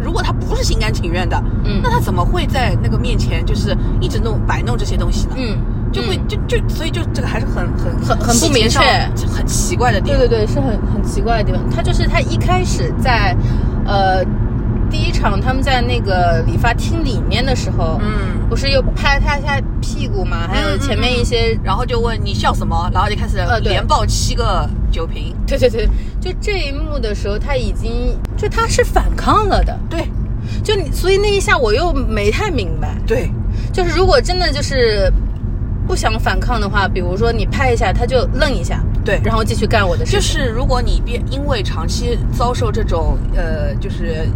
Speaker 3: 如果他不是心甘情愿的，
Speaker 2: 嗯
Speaker 3: 那他怎么会在那个面前就是一直弄摆弄这些东西呢？，
Speaker 2: 嗯，
Speaker 3: 就会
Speaker 2: 嗯
Speaker 3: 就就所以就这个还是很很
Speaker 2: 很很不明确，
Speaker 3: 细节上很奇怪的地
Speaker 2: 对
Speaker 3: 方。
Speaker 2: 对对，是很很奇怪的地方。他就是他一开始在，呃，第一场他们在那个理发厅里面的时候，
Speaker 3: 嗯，
Speaker 2: 不是又拍他一下屁股嘛，还有前面一些，
Speaker 3: 然后就问你笑什么，然后就开始
Speaker 2: 呃对
Speaker 3: 连爆七个酒瓶。
Speaker 2: 对对对，就这一幕的时候，他已经就他是反抗了的，
Speaker 3: 对
Speaker 2: 就你，所以那一下我又没太明白，
Speaker 3: 对，
Speaker 2: 就是如果真的就是。不想反抗的话，比如说你拍一下，他就愣一下，
Speaker 3: 对
Speaker 2: 然后继续干我的事
Speaker 3: 就
Speaker 2: 情。
Speaker 3: 是如果你变因为长期遭受这种呃，就是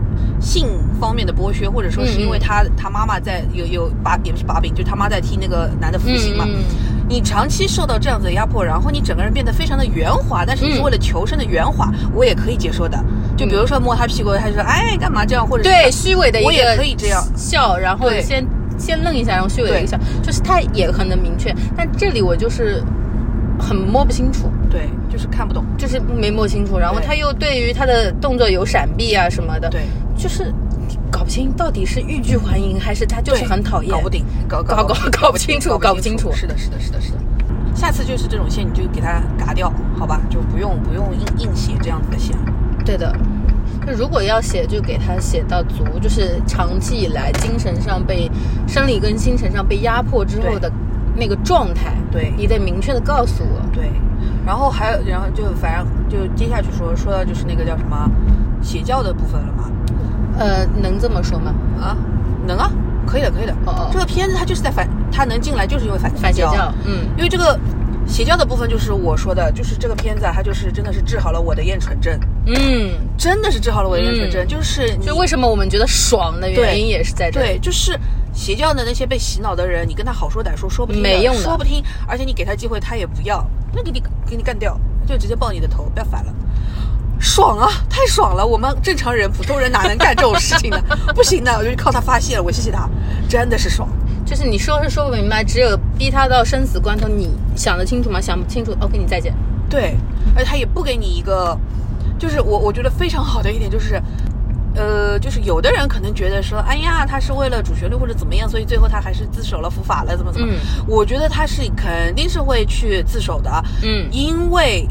Speaker 3: 性方面的剥削，或者说是因为
Speaker 2: 嗯嗯
Speaker 3: 他、他妈妈在有有把也不是把柄，就他妈在替那个男的服刑嘛。
Speaker 2: 嗯嗯
Speaker 3: 你长期受到这样子的压迫，然后你整个人变得非常的圆滑，但是你是
Speaker 2: 嗯
Speaker 3: 为了求生的圆滑，我也可以接受的。就比如说摸他屁股，他就说哎干嘛这样，或者是
Speaker 2: 对虚伪的一个
Speaker 3: 我也可以这样
Speaker 2: 笑，然后
Speaker 3: 对
Speaker 2: 先先愣一下，然后虚伪的一个
Speaker 3: 对
Speaker 2: 笑，就是他也很能明确，但这里我就是很摸不清楚，
Speaker 3: 对，就是看不懂。
Speaker 2: 就是没摸清楚，然后
Speaker 3: 对
Speaker 2: 他又对于他的动作有闪避啊什么的，
Speaker 3: 对，
Speaker 2: 就是搞不清到底是欲拒还迎还是他就是
Speaker 3: 对
Speaker 2: 很讨厌，
Speaker 3: 搞不定，搞
Speaker 2: 搞
Speaker 3: 搞
Speaker 2: 搞搞不清楚，搞不清楚，
Speaker 3: 是的，是的，是的，是的。下次就是这种线，你就给它嘎掉，好吧？就不用不用硬硬写这样子的线。
Speaker 2: 对的。就如果要写，就给他写到足，就是长期以来精神上被、生理跟精神上被压迫之后
Speaker 3: 对
Speaker 2: 的那个状态，
Speaker 3: 对
Speaker 2: 你得明确的告诉我。
Speaker 3: 对，然后还有，然后就反正就接下去说说到就是那个叫什么邪教的部分了嘛？
Speaker 2: 呃，能这么说吗？
Speaker 3: 啊，能啊，可以的，可以的。
Speaker 2: 哦哦
Speaker 3: 这个片子它就是在反，它能进来就是因为反
Speaker 2: 反邪
Speaker 3: 教，
Speaker 2: 教，嗯，
Speaker 3: 因为这个邪教的部分就是我说的，就是这个片子啊，它就是真的是治好了我的厌蠢症，
Speaker 2: 嗯，
Speaker 3: 真的是治好了我的厌蠢症，
Speaker 2: 嗯
Speaker 3: 就是你
Speaker 2: 就为什么我们觉得爽的原因也是在这里。
Speaker 3: 对，就是邪教的那些被洗脑的人，你跟他好说歹说，说不听
Speaker 2: 没用的
Speaker 3: 说不听，而且你给他机会他也不要，那给你给你干掉，就直接爆你的头，不要反了。爽啊，太爽了！我们正常人、普通人哪能干这种事情呢？ [laughs] 不行的，我就靠他发泄了，我谢谢他，真的是爽。
Speaker 2: 就是你说是说不明白，只有逼他到生死关头，你想得清楚吗？想不清楚，OK，你再见。
Speaker 3: 对，而且他也不给你一个，就是我我觉得非常好的一点就是，呃，就是有的人可能觉得说，哎呀，他是为了主旋律或者怎么样，所以最后他还是自首了、伏法了，怎么怎么。
Speaker 2: 嗯
Speaker 3: 我觉得他是肯定是会去自首的，
Speaker 2: 嗯
Speaker 3: 因为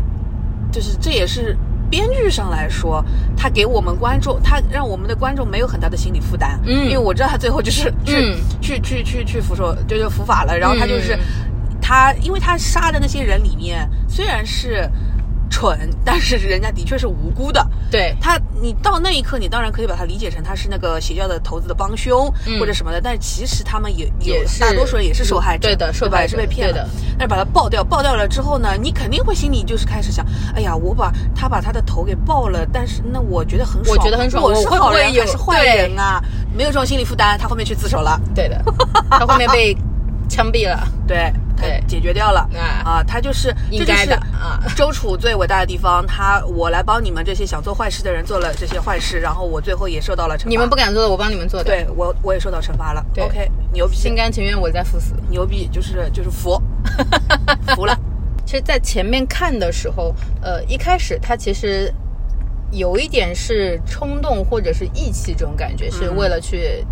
Speaker 3: 就是这也是。编剧上来说，他给我们观众，他让我们的观众没有很大的心理负担，
Speaker 2: 嗯
Speaker 3: 因为我知道他最后就是去、
Speaker 2: 嗯
Speaker 3: 去去去去服手，就是伏法了，然后他就是、
Speaker 2: 嗯嗯嗯
Speaker 3: 他因为他杀的那些人里面虽然是蠢，但是人家的确是无辜的。
Speaker 2: 对，
Speaker 3: 他，你到那一刻，你当然可以把它理解成他是那个邪教的头子的帮凶、
Speaker 2: 嗯
Speaker 3: 或者什么的，但其实他们也有
Speaker 2: 也是
Speaker 3: 大多数人也是受害者，
Speaker 2: 对的受
Speaker 3: 对吧
Speaker 2: 害
Speaker 3: 也是被
Speaker 2: 者
Speaker 3: 骗
Speaker 2: 对
Speaker 3: 的
Speaker 2: 的。
Speaker 3: 但是把它爆掉，爆掉了之后呢，你肯定会心里就是开始想，哎呀，我把他把他的头给爆了，但是那我觉得很爽，
Speaker 2: 我觉得很爽
Speaker 3: 我是
Speaker 2: 我会不
Speaker 3: 好人
Speaker 2: 会有
Speaker 3: 还是坏人啊？没有这种心理负担，他后面去自首了，
Speaker 2: 对
Speaker 3: [laughs]
Speaker 2: 的，他后面被枪毙了，
Speaker 3: 对，他
Speaker 2: 对
Speaker 3: 解决掉了
Speaker 2: 啊
Speaker 3: [laughs] 啊，他就是
Speaker 2: 应该
Speaker 3: 这
Speaker 2: 的
Speaker 3: 就是
Speaker 2: 啊。
Speaker 3: 周楚最伟大的地方，他我来帮你们这些想做坏事的人做了这些坏事，然后我最后也受到了惩罚。
Speaker 2: 你们不敢做的，我帮你们做的。，
Speaker 3: 对我我也受到惩罚了。
Speaker 2: 对
Speaker 3: OK，牛逼，
Speaker 2: 心甘情愿，我在赴死。
Speaker 3: 牛逼，就是就是 [laughs] 服，服了。
Speaker 2: 其实，在前面看的时候，呃，一开始他其实有一点是冲动或者是义气这种感觉，是为了去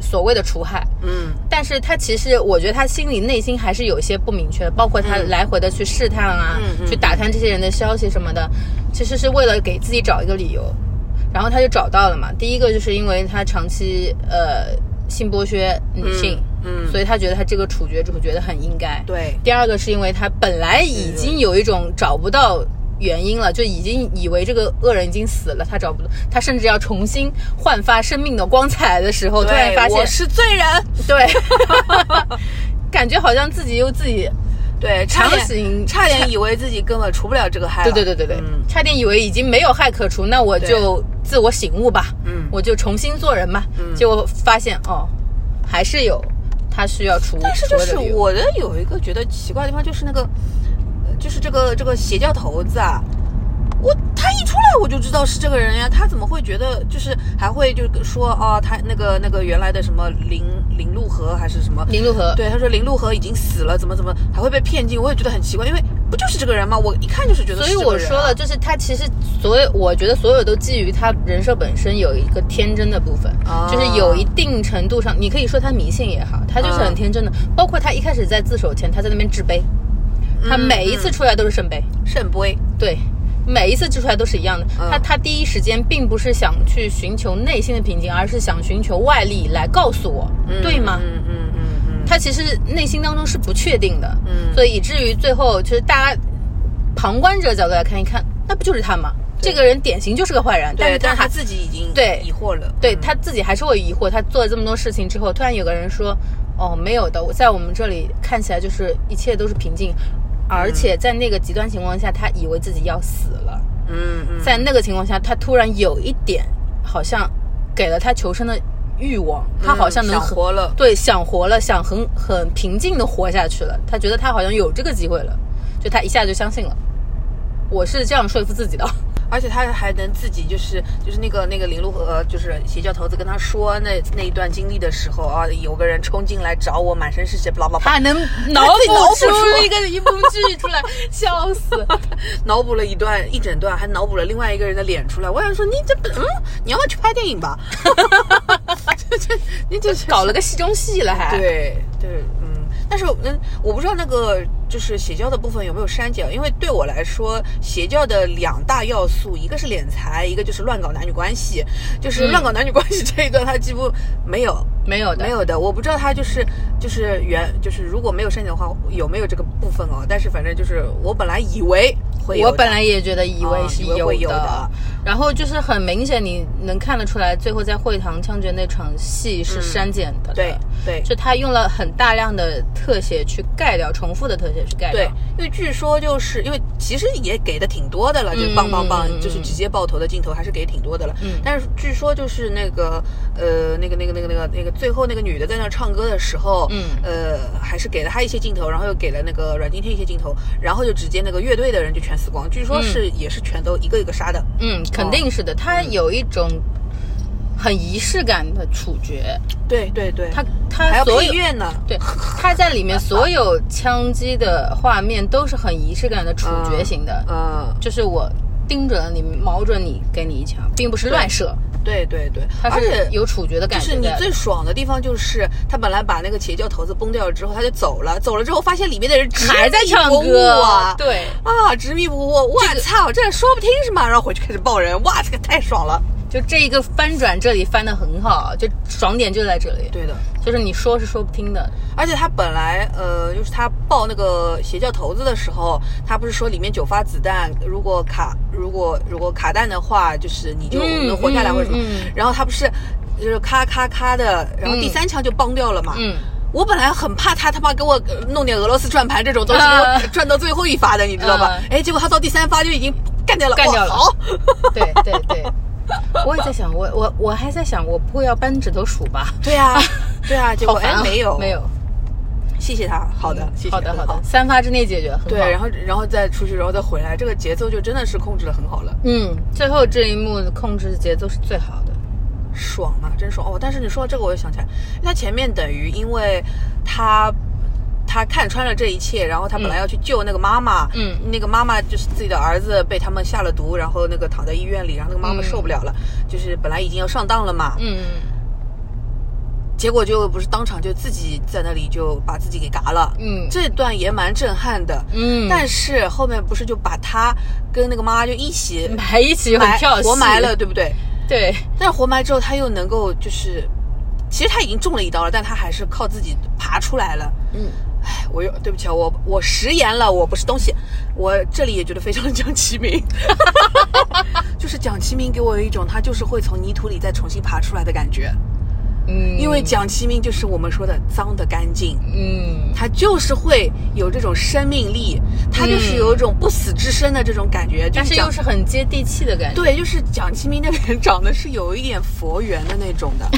Speaker 2: 所谓的除害。
Speaker 3: 嗯
Speaker 2: 但是他其实，我觉得他心里内心还是有一些不明确的，包括他来回的去试探啊，
Speaker 3: 嗯嗯
Speaker 2: 去打探这些人的消息什么的，其实是为了给自己找一个理由。然后他就找到了嘛，第一个就是因为他长期呃性剥削女性，
Speaker 3: 嗯嗯
Speaker 2: 所以他觉得他这个处决者觉得很应该。
Speaker 3: 对
Speaker 2: 第二个是因为他本来已经有一种找不到原因了，就已经以为这个恶人已经死了，他找不到，他甚至要重新焕发生命的光彩的时候，突然
Speaker 3: 对
Speaker 2: 发现
Speaker 3: 我是罪人，
Speaker 2: 对，
Speaker 3: [laughs]
Speaker 2: 感觉好像自己又自己，
Speaker 3: 对，差
Speaker 2: 强
Speaker 3: 点
Speaker 2: 行
Speaker 3: 差点以为自己根本除不了这个害
Speaker 2: 对
Speaker 3: 了。
Speaker 2: 对对对对，
Speaker 3: 嗯
Speaker 2: 差点以为已经没有害可除，那我就自我醒悟吧，
Speaker 3: 嗯
Speaker 2: 我就重新做人吧。
Speaker 3: 嗯
Speaker 2: 结果发现哦，还是有他需要除，
Speaker 3: 但是
Speaker 2: 除
Speaker 3: 就
Speaker 2: 恶的
Speaker 3: 是
Speaker 2: 理由
Speaker 3: 我的有一个觉得奇怪的地方，就是那个，呃就是这个这个邪教头子啊，我他一出来我就知道是这个人呀，他怎么会觉得就是还会就说哦，他那个那个原来的什么林林路河还是什么
Speaker 2: 林路河，
Speaker 3: 对，他说林路河已经死了，怎么怎么还会被骗进，我也觉得很奇怪，因为不就是这个人吗？我一看就是觉得
Speaker 2: 所
Speaker 3: 是
Speaker 2: 以
Speaker 3: 这个人啊、
Speaker 2: 我说了，就是他其实所有，我觉得所有都基于他人设本身有一个天真的部分，
Speaker 3: 啊
Speaker 2: 就是有一定程度上，你可以说他迷信也好，他就是
Speaker 3: 啊
Speaker 2: 很天真的。包括他一开始在自首前，他在那边制杯，
Speaker 3: 嗯
Speaker 2: 他每一次出来都是圣杯，
Speaker 3: 圣杯，
Speaker 2: 对。每一次制出来都是一样的，
Speaker 3: 嗯
Speaker 2: 他他第一时间并不是想去寻求内心的平静，而是想寻求外力来告诉我，对吗？
Speaker 3: 嗯嗯嗯嗯
Speaker 2: 他其实内心当中是不确定的，
Speaker 3: 嗯
Speaker 2: 所以以至于最后，其实大家旁观者角度来看一看，那不就是他吗？
Speaker 3: 对
Speaker 2: 这个人典型就是个坏人，
Speaker 3: 对，
Speaker 2: 是他
Speaker 3: 但是他
Speaker 2: 还
Speaker 3: 自己已经
Speaker 2: 对
Speaker 3: 疑惑了，
Speaker 2: 对
Speaker 3: 嗯
Speaker 2: 他自己还是会疑惑，他做了这么多事情之后，突然有个人说：“哦，没有的，我在我们这里看起来就是一切都是平静，而且在那个极端情况下，他以为自己要死了，
Speaker 3: 嗯嗯
Speaker 2: 在那个情况下，他突然有一点好像给了他求生的欲望，他好像
Speaker 3: 嗯
Speaker 2: 能
Speaker 3: 想
Speaker 2: 很
Speaker 3: 活了，
Speaker 2: 对，想活了，想很很平静的活下去了。他觉得他好像有这个机会了，就他一下就相信了。我是这样说服自
Speaker 3: [laughs]
Speaker 2: 己的。
Speaker 3: 而且他还能自己就是就是那个那个林路和呃就是邪教头子跟他说那那一段经历的时候啊，有个人冲进来找我，满身是血，巴拉巴
Speaker 2: 他
Speaker 3: 拉，
Speaker 2: 还能脑
Speaker 3: 自己脑补
Speaker 2: 补
Speaker 3: 出
Speaker 2: 出一个一部剧出来， [laughs] 笑
Speaker 3: [laughs]
Speaker 2: 死！
Speaker 3: 脑补了一段一整段，还脑补了另外一个人的脸出来。我想说你这不嗯，你要不要去拍电影吧？这这 [laughs] 你这是
Speaker 2: 搞了个戏中戏了还。，
Speaker 3: 对对，嗯，但是嗯，我不知道那个就是邪教的部分有没有删减，因为对我来说，邪教的两大要素，一个是敛财，一个就是乱搞男女关系，就是乱搞男女关系这一段，它几乎没有。
Speaker 2: 没有嗯的，
Speaker 3: 没有的，我不知道它就是就是原就是如果没有删减的话，有没有这个部分哦？但是反正就是我本来以为会有的，
Speaker 2: 我本来也觉得以为
Speaker 3: 啊
Speaker 2: 是
Speaker 3: 以为会有的
Speaker 2: 的，然后就是很明显，你能看得出来，最后在会堂枪决那场戏是删减的。
Speaker 3: 嗯对对
Speaker 2: 就他用了很大量的特写去盖掉重复的特写去盖掉。
Speaker 3: 对，因为据说就是因为其实也给的挺多的了，就是棒棒棒
Speaker 2: 嗯嗯，嗯
Speaker 3: 就是直接爆头的镜头还是给挺多的了。
Speaker 2: 嗯
Speaker 3: 但是据说就是那个呃那个那个那个那个那个最后那个女的在那唱歌的时候，
Speaker 2: 嗯
Speaker 3: 呃还是给了她一些镜头，然后又给了那个阮经天一些镜头，然后就直接那个乐队的人就全死光，据说是也是全都一个一个杀的。哦
Speaker 2: 嗯，肯定是的，他有一种很仪式感的处决，
Speaker 3: 对对对，
Speaker 2: 他
Speaker 3: 还
Speaker 2: 他
Speaker 3: 要
Speaker 2: 所
Speaker 3: 配
Speaker 2: 有
Speaker 3: 乐呢。
Speaker 2: 对他在里面所有枪击的画面都是很仪式感的处决型的，
Speaker 3: 嗯，
Speaker 2: 就是我盯准了你，瞄准你，给你一枪，并不是乱射，
Speaker 3: 对对对，
Speaker 2: 它
Speaker 3: 而且
Speaker 2: 是有处决的感
Speaker 3: 就是
Speaker 2: 觉
Speaker 3: 你
Speaker 2: 的。
Speaker 3: 最爽的地方，就是他本来把那个邪教头子崩掉了之后，他就走了，走了之后发现里面的人执迷
Speaker 2: 还在唱
Speaker 3: 不悟
Speaker 2: 歌
Speaker 3: 啊，
Speaker 2: 对
Speaker 3: 啊，执迷不悟，我操，这说不听是吗？然后回去开始爆人，哇，这个太爽了，
Speaker 2: 就这一个翻转，这里翻的很好，就爽点就在这里。
Speaker 3: 对的，
Speaker 2: 就是你说是说不听的，
Speaker 3: 而且他本来呃，就是他报那个邪教头子的时候，他不是说里面九发子弹，如果卡如果如果卡弹的话，就是你就
Speaker 2: 嗯
Speaker 3: 能活下来
Speaker 2: 嗯
Speaker 3: 或者什么。
Speaker 2: 嗯
Speaker 3: 然后他不是就是咔咔咔的，然后第
Speaker 2: 嗯
Speaker 3: 三枪就崩掉了嘛。
Speaker 2: 嗯，
Speaker 3: 我本来很怕他他妈给我呃弄点俄罗斯转盘这种
Speaker 2: [laughs]
Speaker 3: 东西，
Speaker 2: 啊
Speaker 3: 给我转到最后一发的，你知道吧
Speaker 2: 嗯？
Speaker 3: 哎，结果他到第三发就已经干掉了，
Speaker 2: 干掉了
Speaker 3: 哇好，
Speaker 2: [laughs] 对对对。我也在想，我我我还在想，我不会要扳指头数
Speaker 3: [laughs]
Speaker 2: 吧？
Speaker 3: 对啊，
Speaker 2: [laughs]
Speaker 3: 对啊，结
Speaker 2: 好
Speaker 3: 果
Speaker 2: 烦
Speaker 3: 哎
Speaker 2: 啊！
Speaker 3: 没有
Speaker 2: 没有，嗯
Speaker 3: 谢谢他，好的，谢谢，
Speaker 2: 好的好
Speaker 3: 很
Speaker 2: 的，三发之内解决，很好。
Speaker 3: 对，然后然后再出去，然后再回来，这个节奏就真的是控制的很好了，
Speaker 2: 嗯，最后这一幕控制节奏是最好的。
Speaker 3: 爽啊，真爽哦！但是你说到这个，我又想起来，因为他前面等于因为他。他看穿了这一切，然后他本来要去救那个妈妈，
Speaker 2: 嗯，
Speaker 3: 那个妈妈就是自己的儿子被他们下了毒，然后那个躺在医院里，然后那个妈妈
Speaker 2: 嗯
Speaker 3: 受不了了，就是本来已经要上当了嘛，
Speaker 2: 嗯，
Speaker 3: 结果就不是当场就自己在那里就把自己给嘎了，
Speaker 2: 嗯
Speaker 3: 这段也蛮震撼的，
Speaker 2: 嗯
Speaker 3: 但是后面不是就把他跟那个妈妈就一起
Speaker 2: 埋一起很
Speaker 3: 埋
Speaker 2: 跳戏，
Speaker 3: 活嗯埋了，。对不对？
Speaker 2: 对，
Speaker 3: 但是活埋之后，他又能够就是，其实他已经中了一刀了，但他还是靠自己爬出来了。
Speaker 2: 嗯，
Speaker 3: 哎，我又对不起啊，我我食言了，我不是东西。我这里也觉得非常的蒋奇明， [laughs] 就是蒋奇明给我有一种他就是会从泥土里再重新爬出来的感觉，
Speaker 2: 嗯，
Speaker 3: 因为蒋奇明就是我们说的脏的干净。
Speaker 2: 嗯，
Speaker 3: 他就是会有这种生命力，他就是有一种不死之身的这种感觉。就
Speaker 2: 但是
Speaker 3: 蒋
Speaker 2: 又是很接地气的感觉。
Speaker 3: 对，就是蒋奇明那个人长得是有一点佛缘的那种的，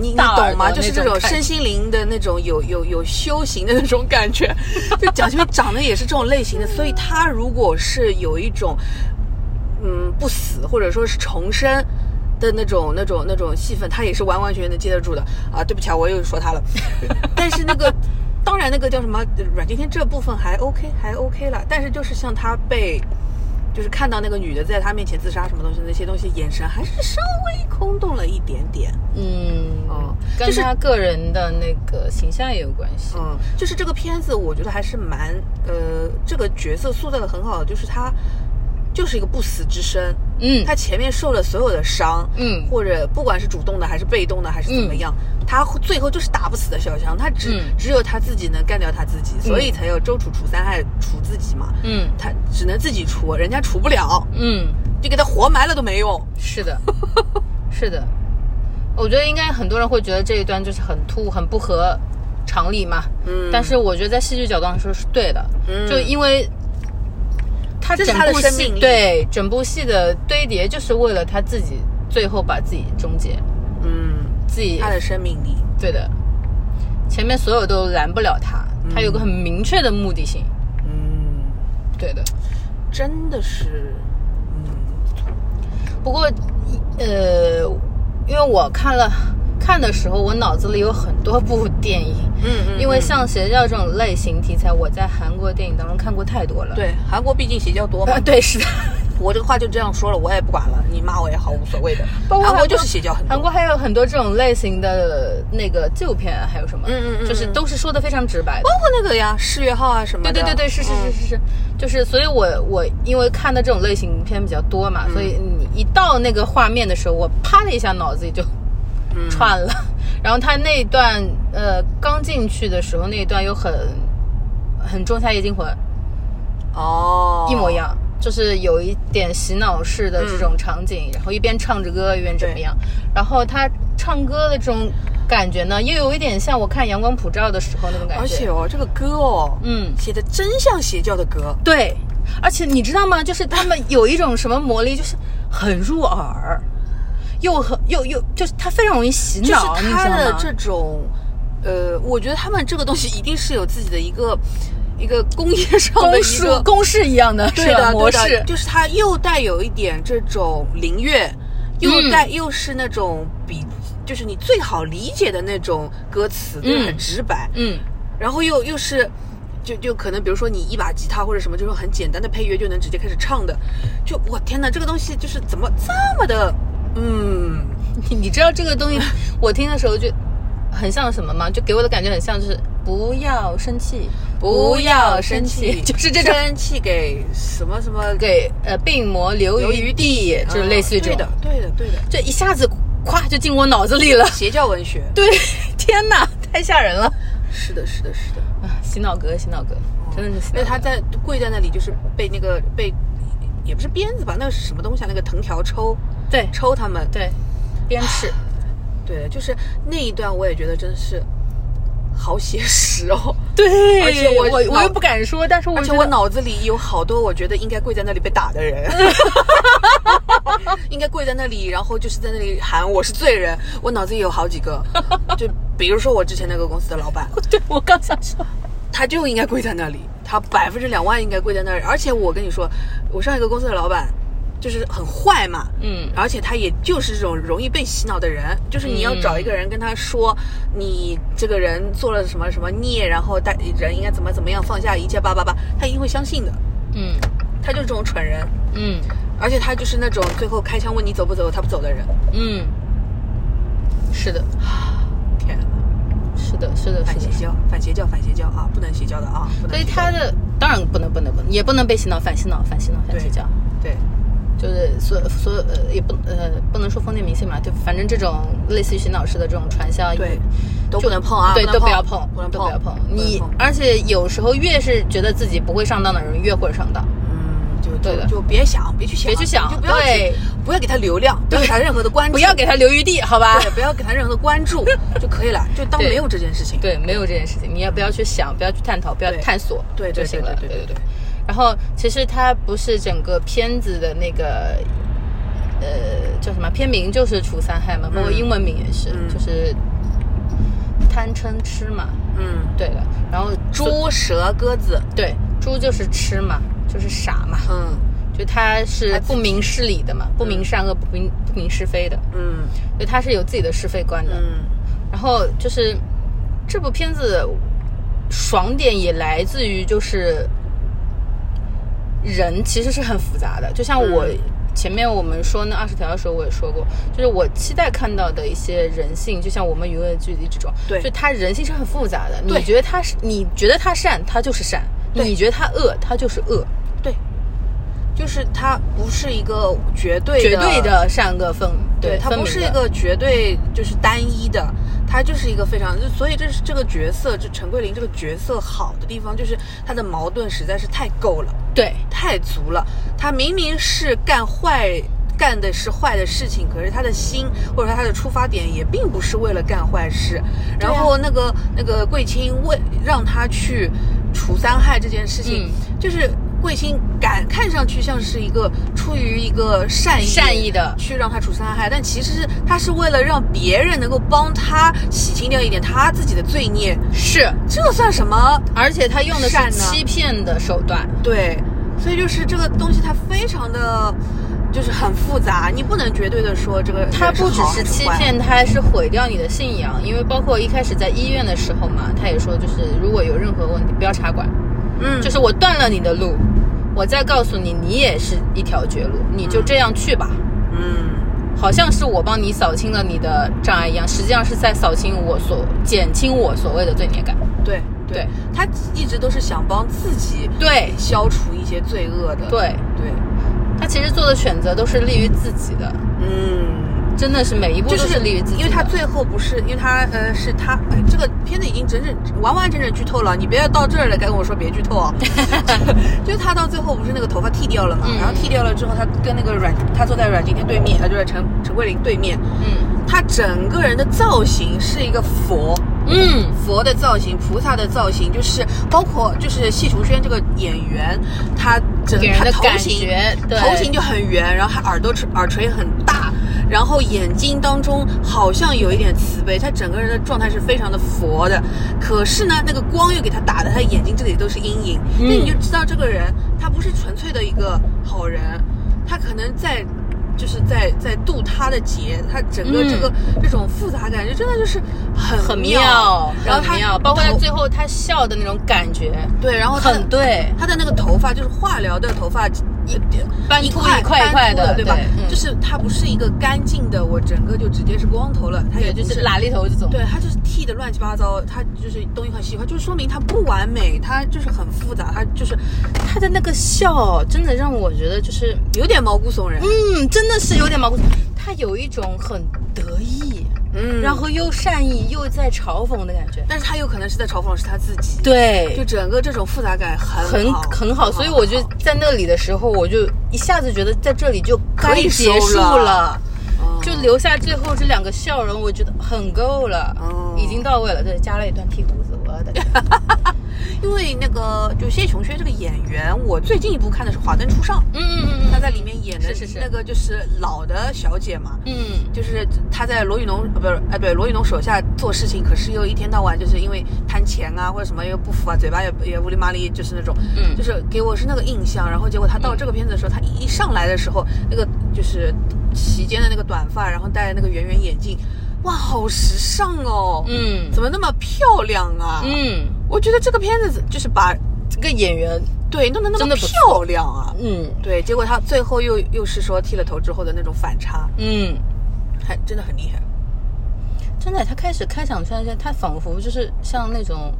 Speaker 3: 你你
Speaker 2: 大耳
Speaker 3: 懂吗？
Speaker 2: 朵
Speaker 3: 就是
Speaker 2: 那
Speaker 3: 这
Speaker 2: 种
Speaker 3: 种
Speaker 2: 看
Speaker 3: 身心灵的那种有有有修行的那种感
Speaker 2: [laughs]
Speaker 3: 觉。就蒋奇明长得也是这种类型的，所以他如果是有一种嗯不死或者说是重生。的那种、那种、那种戏份，他也是完完全全的接得住的啊！对不起啊，我又
Speaker 2: [laughs]
Speaker 3: 说他了。但是那个，当然那个叫什么呃阮经天这部分还 OK，还 OK 了。但是就是像他被就是看到那个女的在他面前自杀什么东西，那些东西眼神还是稍微空洞了一点点。
Speaker 2: 嗯，
Speaker 3: 哦
Speaker 2: 跟
Speaker 3: 就是
Speaker 2: 他个人的那个形象也有关系。
Speaker 3: 嗯，就是这个片子，我觉得还是蛮呃，这个角色塑造的很好，就是他就是一个不死之身，
Speaker 2: 嗯，
Speaker 3: 他前面受了所有的伤，
Speaker 2: 嗯
Speaker 3: 或者不管是主动的还是被动的还是怎么样，他最后就是打不死的小强，他只、
Speaker 2: 嗯
Speaker 3: 只有他自己能干掉他自己，所以才要周处除三害除自己嘛，
Speaker 2: 嗯
Speaker 3: 他只能自己除，人家除不了，
Speaker 2: 嗯，
Speaker 3: 就给他活埋了都没用。
Speaker 2: 是的， [laughs] 是的。我觉得应该很多人会觉得这一段就是很突兀、很不合常理嘛。
Speaker 3: 嗯
Speaker 2: 但是我觉得在戏剧角度上说是对的，
Speaker 3: 嗯
Speaker 2: 就因为他
Speaker 3: 这是
Speaker 2: 整
Speaker 3: 他的
Speaker 2: 部
Speaker 3: 生
Speaker 2: 戏
Speaker 3: 命力
Speaker 2: 对整部戏的堆叠，就是为了他自己最后把自己终结，
Speaker 3: 嗯，
Speaker 2: 自己
Speaker 3: 他的生命力，
Speaker 2: 对的，前面所有都拦不了他，他有个很明确的目的性，
Speaker 3: 嗯，
Speaker 2: 对的。
Speaker 3: 真的是，
Speaker 2: 不过，呃，因为我看了看的时候，我脑子里有很多部电影，
Speaker 3: 嗯嗯
Speaker 2: 因为像邪教这种类型题材，我在韩国电影当中看过太多了。
Speaker 3: 对韩国毕竟邪教多嘛
Speaker 2: 啊，， [laughs] 对，是的。
Speaker 3: 我这个话就这样说了，我也不管了，你骂我也好无所谓的。
Speaker 2: [laughs] 包括
Speaker 3: 韩国就是邪教很多，
Speaker 2: 韩国还有很多这种类型的那个纪录片，啊还有什么？
Speaker 3: 嗯嗯嗯
Speaker 2: 就是都是说的非常直白的。
Speaker 3: 包括那个呀，世越号啊什么
Speaker 2: 哦对
Speaker 3: 的。
Speaker 2: 对对嗯对，是是是是是，就是所以我，我因为看的这种类型片比较多嘛，所以你一到那个画面的时候，我啪的一下脑子里就
Speaker 3: 嗯
Speaker 2: 串了。 [laughs] 然后他那一段呃刚进去的时候那一段又很很仲夏夜惊魂
Speaker 3: 哦，
Speaker 2: 一模一。样，就是有一点洗脑式的这种场景，然后一边唱着歌一边怎么样，然后他唱歌的这种感觉呢，又有一点像我看《阳光普照》的时候那种感觉，
Speaker 3: 而且哦，这个歌哦，
Speaker 2: 嗯。
Speaker 3: 写的真像邪教的歌。
Speaker 2: 对，而且你知道吗？就是他们有一种什么魔力，就是很入耳，又很又又就是它非常容易洗
Speaker 3: 就是
Speaker 2: 脑，你
Speaker 3: 他
Speaker 2: 知道
Speaker 3: 的
Speaker 2: 吗？
Speaker 3: 这种，呃，我觉得他们这个东西一定是有自己的一个一个工业上的
Speaker 2: 公
Speaker 3: 一
Speaker 2: 式
Speaker 3: 个
Speaker 2: 公式一样的
Speaker 3: 对
Speaker 2: 是吧
Speaker 3: 的
Speaker 2: 模
Speaker 3: 对的
Speaker 2: 式，
Speaker 3: 就是它又带有一点这种灵乐，又
Speaker 2: 嗯
Speaker 3: 带、又是那种比就是你最好理解的那种歌词，就是
Speaker 2: 嗯
Speaker 3: 很直白，
Speaker 2: 嗯，
Speaker 3: 然后又又是。就就可能，比如说你一把吉他或者什么这种很简单的配乐就能直接开始唱的，就我天哪，这个东西就是怎么这么的，嗯，
Speaker 2: [laughs] 你你知道这个东西，我听的时候就很像什么吗？就给我的感觉很像就是不要生气，不要生气， [laughs] 就是这种
Speaker 3: 生气给什么什么
Speaker 2: 给呃病魔留
Speaker 3: 留
Speaker 2: 余
Speaker 3: 余啊
Speaker 2: 地，就类似于这
Speaker 3: 对
Speaker 2: 种，
Speaker 3: 的，对的，对的，
Speaker 2: 就一下子咵就进我脑子里了。
Speaker 3: 邪教文学，
Speaker 2: 对， [laughs] 天哪，太吓人了！
Speaker 3: 是的，是的，是的。
Speaker 2: 啊，洗脑歌，洗脑歌，真的是洗脑
Speaker 3: 那
Speaker 2: 歌。
Speaker 3: 哦他在跪在那里，就是被那个被，也不是鞭子吧，那个是什么东西啊？那个藤条抽
Speaker 2: 对
Speaker 3: 抽他们。
Speaker 2: 对鞭笞，
Speaker 3: 啊对，就是那一段，我也觉得真是好写实哦。
Speaker 2: 对
Speaker 3: 而且我
Speaker 2: 我我
Speaker 3: 脑
Speaker 2: 又不敢说，但是我
Speaker 3: 而且
Speaker 2: 觉
Speaker 3: 我
Speaker 2: 得
Speaker 3: 脑子里有好多我觉得应该跪在那里被打
Speaker 2: [laughs]
Speaker 3: 的人，应该跪在那里，然后就是在那里喊我是罪人。我脑子里有好几个，就比如说我之前那个公司的老板，
Speaker 2: [laughs] 对我刚想
Speaker 3: [laughs]
Speaker 2: 说，
Speaker 3: 他就应该跪在那里，他百分之两万应该跪在那里。而且我跟你说，我上一个公司的老板就是很坏嘛，
Speaker 2: 嗯
Speaker 3: 而且他也就是这种容易被洗脑的人，就是你要找一个人跟他说，你这个人做了什么什么孽，然后大人应该怎么怎么样，放下一切叭叭叭，他一定会相信的。
Speaker 2: 嗯
Speaker 3: 他就是这种蠢人，
Speaker 2: 嗯
Speaker 3: 而且他就是那种最后开枪问你走不走，他不走的人。
Speaker 2: 嗯，是的，
Speaker 3: 天哪，
Speaker 2: 是的，是的，
Speaker 3: 反
Speaker 2: 是的。
Speaker 3: 邪教，反邪教，反邪教啊！不能邪教的啊！不能
Speaker 2: 所以
Speaker 3: 邪教
Speaker 2: 他的当然不能不能不能，也不能被洗脑、反洗脑、反洗脑、反
Speaker 3: 对
Speaker 2: 洗脑。
Speaker 3: 对
Speaker 2: 就是所所呃也不呃不能说封建迷信嘛，就反正这种类似于洗脑式的这种传销，
Speaker 3: 对
Speaker 2: 就
Speaker 3: 都不能碰啊
Speaker 2: 对，
Speaker 3: 不能
Speaker 2: 都不
Speaker 3: 碰
Speaker 2: 要碰，
Speaker 3: 不能
Speaker 2: 都
Speaker 3: 碰
Speaker 2: 不要碰
Speaker 3: 不。能
Speaker 2: 你
Speaker 3: 碰
Speaker 2: 而且有时候越是觉得自己不会上当的人，越会上当。
Speaker 3: 嗯，就
Speaker 2: 对
Speaker 3: 就
Speaker 2: 的
Speaker 3: 就别想，别去想，
Speaker 2: 别去想
Speaker 3: 你就不要
Speaker 2: 对
Speaker 3: 去，不要给他流量，不要给他任何的关注，
Speaker 2: 不要给他留余地，好吧？
Speaker 3: 对，不要给他任何的
Speaker 2: [laughs]
Speaker 3: 关注就可以了，就当
Speaker 2: 对
Speaker 3: 没有这件事情。
Speaker 2: 对，没有这件事情，你也不要去想，不要去探讨，不要
Speaker 3: 对
Speaker 2: 探索
Speaker 3: 对
Speaker 2: 就
Speaker 3: 对
Speaker 2: 行
Speaker 3: 对
Speaker 2: 了。
Speaker 3: 对对对，
Speaker 2: 然后其实它不是整个片子的那个。呃，叫什么片名就是除三害嘛，包括
Speaker 3: 嗯
Speaker 2: 英文名也是，
Speaker 3: 嗯
Speaker 2: 就是贪嗔痴嘛。
Speaker 3: 嗯，
Speaker 2: 对的，然后猪
Speaker 3: 猪蛇鸽子，
Speaker 2: 对猪就是痴嘛，就是傻嘛，
Speaker 3: 嗯
Speaker 2: 就它是
Speaker 3: 它自己
Speaker 2: 不明事理的嘛，不明善恶，不明不明是非的，
Speaker 3: 嗯
Speaker 2: 就它是有自己的是非观的。
Speaker 3: 嗯，
Speaker 2: 然后就是这部片子爽点也来自于就是人其实是很复杂的，就像我。
Speaker 3: 嗯
Speaker 2: 前面我们说那二十条的时候，我也说过，就是我期待看到的一些人性，就像我们娱乐距离这种，
Speaker 3: 对
Speaker 2: 就他人性是很复杂的。你
Speaker 3: 对
Speaker 2: 觉得他是，你觉得他善，他就是善；
Speaker 3: 对
Speaker 2: 你觉得他恶，他就是恶，
Speaker 3: 对，就是它不是一个绝对
Speaker 2: 绝对的善恶分，
Speaker 3: 对，它
Speaker 2: 分
Speaker 3: 不
Speaker 2: 明
Speaker 3: 是一
Speaker 2: 的
Speaker 3: 个绝对就是单一的，它就是一个非常，就所以这是这个角色，就陈桂林这个角色好的地方，就是她的矛盾实在是太够了，
Speaker 2: 对，
Speaker 3: 太足了。她明明是干坏。干的是坏的事情，可是她的心或者说她的出发点也并不是为了干坏事。
Speaker 2: 对
Speaker 3: 然
Speaker 2: 啊
Speaker 3: 后那个、那个桂清为让她去除三害这件事情，
Speaker 2: 嗯
Speaker 3: 就是桂清感看上去像是一个出于一个善意
Speaker 2: 善意的
Speaker 3: 去让他除三害，但其实是他是为了让别人能够帮他洗清掉一点他自己的罪孽，
Speaker 2: 是，
Speaker 3: 这算什么？
Speaker 2: 而且他用的是
Speaker 3: 善呢
Speaker 2: 欺骗的手段，
Speaker 3: 对，所以就是这个东西它非常的，就是很复杂，你不能绝对的说这个人
Speaker 2: 他不只
Speaker 3: 好
Speaker 2: 是
Speaker 3: 还
Speaker 2: 欺
Speaker 3: 坏，
Speaker 2: 骗，他还是毁掉你的信仰，因为包括一开始在医院的时候嘛，他也说就是如果有任何问题不要插管，
Speaker 3: 嗯，
Speaker 2: 就是我断了你的路，我再告诉你，你也是一条绝路，你就这样去吧。
Speaker 3: 嗯，
Speaker 2: 好像是我帮你扫清了你的障碍一样，实际上是在扫清我所减轻我所谓的罪孽感。
Speaker 3: 对
Speaker 2: 对，
Speaker 3: 他一直都是想帮自己
Speaker 2: 对
Speaker 3: 消除一些罪恶的，
Speaker 2: 对，
Speaker 3: 对，
Speaker 2: 他其实做的选择都是利于自己的，
Speaker 3: 嗯。
Speaker 2: 真的是每一步
Speaker 3: 就
Speaker 2: 都是利于自己的。
Speaker 3: 因为他最后不是，因为他呃是他，哎，这个片子已经整整完完整整剧透了，你不要到这儿了，该跟我说别剧透啊。
Speaker 2: [laughs]
Speaker 3: 就是他到最后不是那个头发剃掉了嘛，
Speaker 2: 嗯
Speaker 3: 然后剃掉了之后，他跟那个阮，他坐在阮经天对面，啊，就是陈陈桂林对面，
Speaker 2: 嗯
Speaker 3: 他整个人的造型是一个佛。
Speaker 2: 嗯
Speaker 3: 佛的造型、菩萨的造型，就是包括就是谢琼轩这个演员，他整
Speaker 2: 给人
Speaker 3: 他
Speaker 2: 的
Speaker 3: 头
Speaker 2: 感
Speaker 3: 型
Speaker 2: 觉对
Speaker 3: 头型就很圆，然后他耳朵垂耳垂很大，然后眼睛当中好像有一点慈悲，他整个人的状态是非常的佛的。可是呢，那个光又给他打的，他眼睛这里都是阴影，
Speaker 2: 嗯
Speaker 3: 那、你就知道这个人他不是纯粹的一个好人，他可能在。就是在在渡他的劫，他整个
Speaker 2: 嗯
Speaker 3: 这个、这种复杂感觉，真的就是很
Speaker 2: 很
Speaker 3: 妙。
Speaker 2: 妙，
Speaker 3: 然后
Speaker 2: 很
Speaker 3: 他
Speaker 2: 妙，包括他
Speaker 3: 头
Speaker 2: 最后他笑的那种感觉，
Speaker 3: 对，然后他的
Speaker 2: 很对。
Speaker 3: 他的那个头发就是化疗的头发一
Speaker 2: 斑
Speaker 3: 一
Speaker 2: 秃
Speaker 3: 块
Speaker 2: 一块一
Speaker 3: 斑
Speaker 2: 块
Speaker 3: 秃
Speaker 2: 的
Speaker 3: 的，对吧
Speaker 2: 对嗯？
Speaker 3: 就是它不是一个干净的，我整个就直接是光头了，它也
Speaker 2: 对，
Speaker 3: 不
Speaker 2: 就是拉力头这种。
Speaker 3: 对，它就是剃的乱七八糟，它就是东一块西一块，就是说明它不完美，它就是很复杂，它就是
Speaker 2: 他的那个笑真的让我觉得就是，
Speaker 3: 有点毛骨悚然。
Speaker 2: 嗯，真的是有点毛骨悚然。他有一种很得意，
Speaker 3: 嗯然
Speaker 2: 然
Speaker 3: 后
Speaker 2: 后又善意又在嘲讽的感觉。
Speaker 3: 但是他有可能是在嘲讽是他自己，
Speaker 2: 对
Speaker 3: 就，整个这种复杂感很
Speaker 2: 很
Speaker 3: 好
Speaker 2: 很好，所以我就在那里的时候，我就一下子觉得在这里就
Speaker 3: 可
Speaker 2: 该
Speaker 3: 以
Speaker 2: 结
Speaker 3: 收
Speaker 2: 束
Speaker 3: 了
Speaker 2: 了，
Speaker 3: 嗯
Speaker 2: 就留下最后这两个笑容，我觉得很够了，
Speaker 3: 哦
Speaker 2: 已经到位了。对，加了一段剃胡子，我的天
Speaker 3: 因为那个就谢琼轩这个演员，我最近一部看的是《华灯初上》，
Speaker 2: 嗯嗯嗯嗯，
Speaker 3: 她在里面演的
Speaker 2: 是是是
Speaker 3: 那个就是老的小姐嘛，
Speaker 2: 嗯
Speaker 3: 就是她在罗宇农呃不是哎对罗宇农手下做事情，可是又一天到晚就是因为贪钱啊或者什么又不服啊，嘴巴也也乌里麻里，就是那种，
Speaker 2: 嗯
Speaker 3: 就是给我是那个印象。然后结果她到这个片子的时候，她一上来的时候，那个就是齐肩的那个短发，然后戴那个圆圆眼镜，哇，好时尚哦，
Speaker 2: 嗯
Speaker 3: 怎么那么漂亮啊？，
Speaker 2: 嗯，
Speaker 3: 我觉得这个片子就是把
Speaker 2: 这个演员，
Speaker 3: 对弄得那
Speaker 2: 真
Speaker 3: 么
Speaker 2: 的不错
Speaker 3: 漂亮啊。
Speaker 2: 嗯
Speaker 3: 对，结果她最后又又是说剃了头之后的那种反差，
Speaker 2: 嗯，
Speaker 3: 还真的很厉害。
Speaker 2: 真的，他开始开场突然间，他仿佛就是像那种